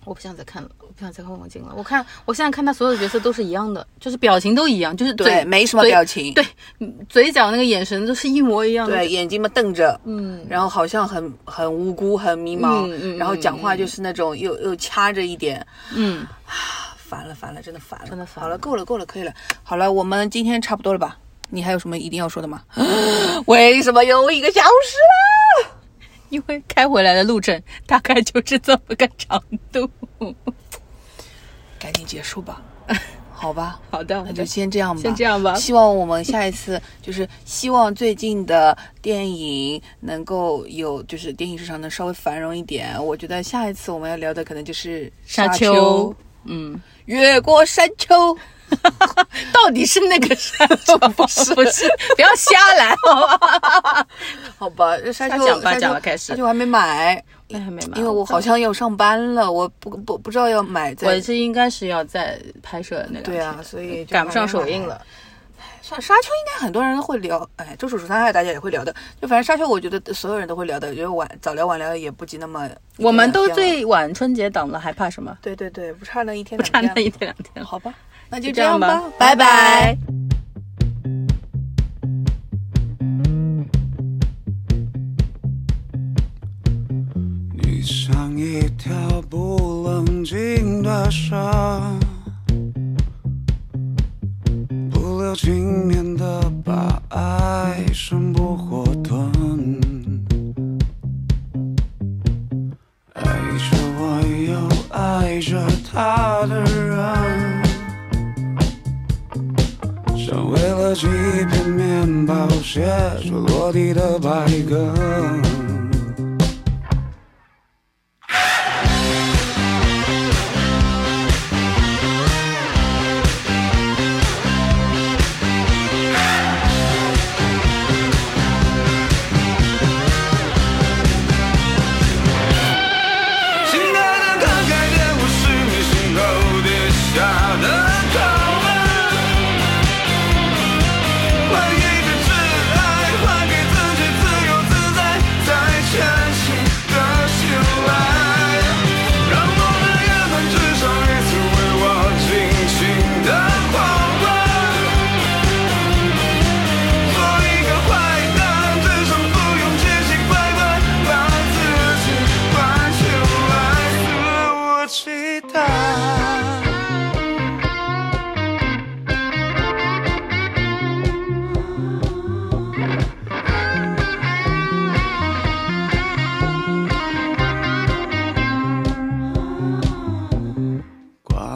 Speaker 2: 我不想再看了，我不想再看王晶了。我看我现在看他所有角色都是一样的，就是表情都一样，就是
Speaker 3: 对，
Speaker 2: 嘴
Speaker 3: 没什么
Speaker 2: 嘴
Speaker 3: 表情，
Speaker 2: 对嗯嘴角那个眼神都是一模一样的。
Speaker 3: 对，眼睛嘛瞪着，
Speaker 2: 嗯，
Speaker 3: 然后好像很很无辜，很迷茫，
Speaker 2: 嗯嗯
Speaker 3: 然后讲话
Speaker 2: 嗯
Speaker 3: 就是那种又又掐着一点，
Speaker 2: 嗯，
Speaker 3: 烦了烦了，真的烦了，
Speaker 2: 真的烦了
Speaker 3: 好了，够了够了，可以了，好了，我们今天差不多了吧？你还有什么一定要说
Speaker 2: [laughs]
Speaker 3: 的吗？ [gasps] 为什么又一个小时了？
Speaker 2: 因为开回来的路程大概就是这么个长度。
Speaker 3: 赶紧结束
Speaker 2: [laughs]
Speaker 3: 吧，好吧。
Speaker 2: 好的，
Speaker 3: 那就先这样吧，
Speaker 2: 先这样吧
Speaker 3: 希望我们下一
Speaker 2: [laughs]
Speaker 3: 次就是希望最近的电影能够有，就是电影市场能稍微繁荣一点。我觉得下一次我们要聊的可能就是
Speaker 2: 沙
Speaker 3: 丘，
Speaker 2: 丘，嗯，
Speaker 3: 越过山丘。
Speaker 2: 到底是那个沙丘，不是不是，不要瞎来，好吧？
Speaker 3: 好吧，沙丘，
Speaker 2: 讲吧
Speaker 3: 沙丘
Speaker 2: 讲吧开始
Speaker 3: 沙丘还没买，
Speaker 2: 那还没买，
Speaker 3: 因为我好像要上班了，我不不不知道要买在。
Speaker 2: 我是应该是要在拍摄那两
Speaker 3: 对啊
Speaker 2: 天，
Speaker 3: 所以就
Speaker 2: 赶不上
Speaker 3: 还没
Speaker 2: 首
Speaker 3: 买
Speaker 2: 映了。
Speaker 3: 算沙丘应该很多人会聊，哎，周楚楚伤害大家也会聊的。就反正沙丘，我觉得所有人都会聊的，就是晚早聊晚聊也不及那么。
Speaker 2: 我们都
Speaker 3: 一天两天了
Speaker 2: 最晚春节档了，还怕什么？
Speaker 3: 对对对，不差那一天
Speaker 2: 不
Speaker 3: 两
Speaker 2: 差
Speaker 3: 天了，
Speaker 2: 那一天两天了。
Speaker 3: 好吧，那
Speaker 2: 就
Speaker 3: 就
Speaker 2: 这
Speaker 3: 这
Speaker 2: 样
Speaker 3: 样
Speaker 2: 吧
Speaker 3: 吧，，
Speaker 2: 拜
Speaker 3: 拜
Speaker 2: 拜
Speaker 3: 拜。
Speaker 1: 你像一条不冷静的蛇，不留情面的把爱生不活吞。爱着我又爱着他的人，像为了几片面包写出落地的白鸽。情感的慷慨点，我是你心口底下的口吻，还给的挚爱，还给自己自由自在，才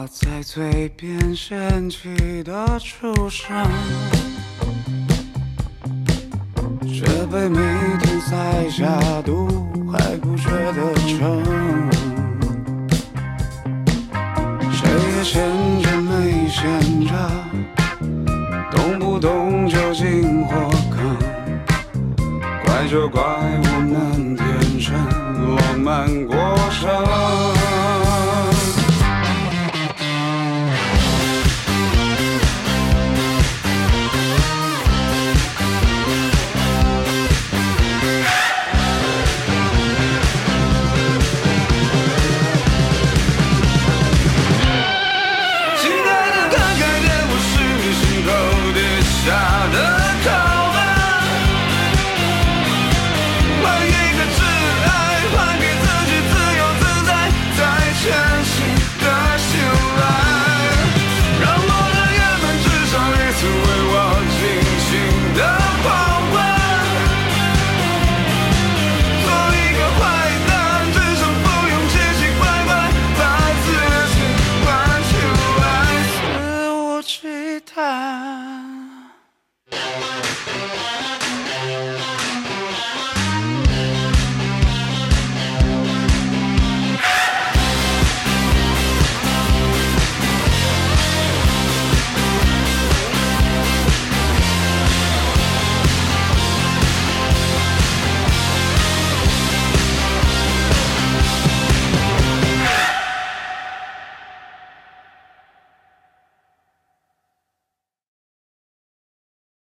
Speaker 1: 看掀起的初升，却被谜题塞下毒害不觉的城。谁也闲着没闲着，动不动就进火坑，怪就怪我们天真，浪漫过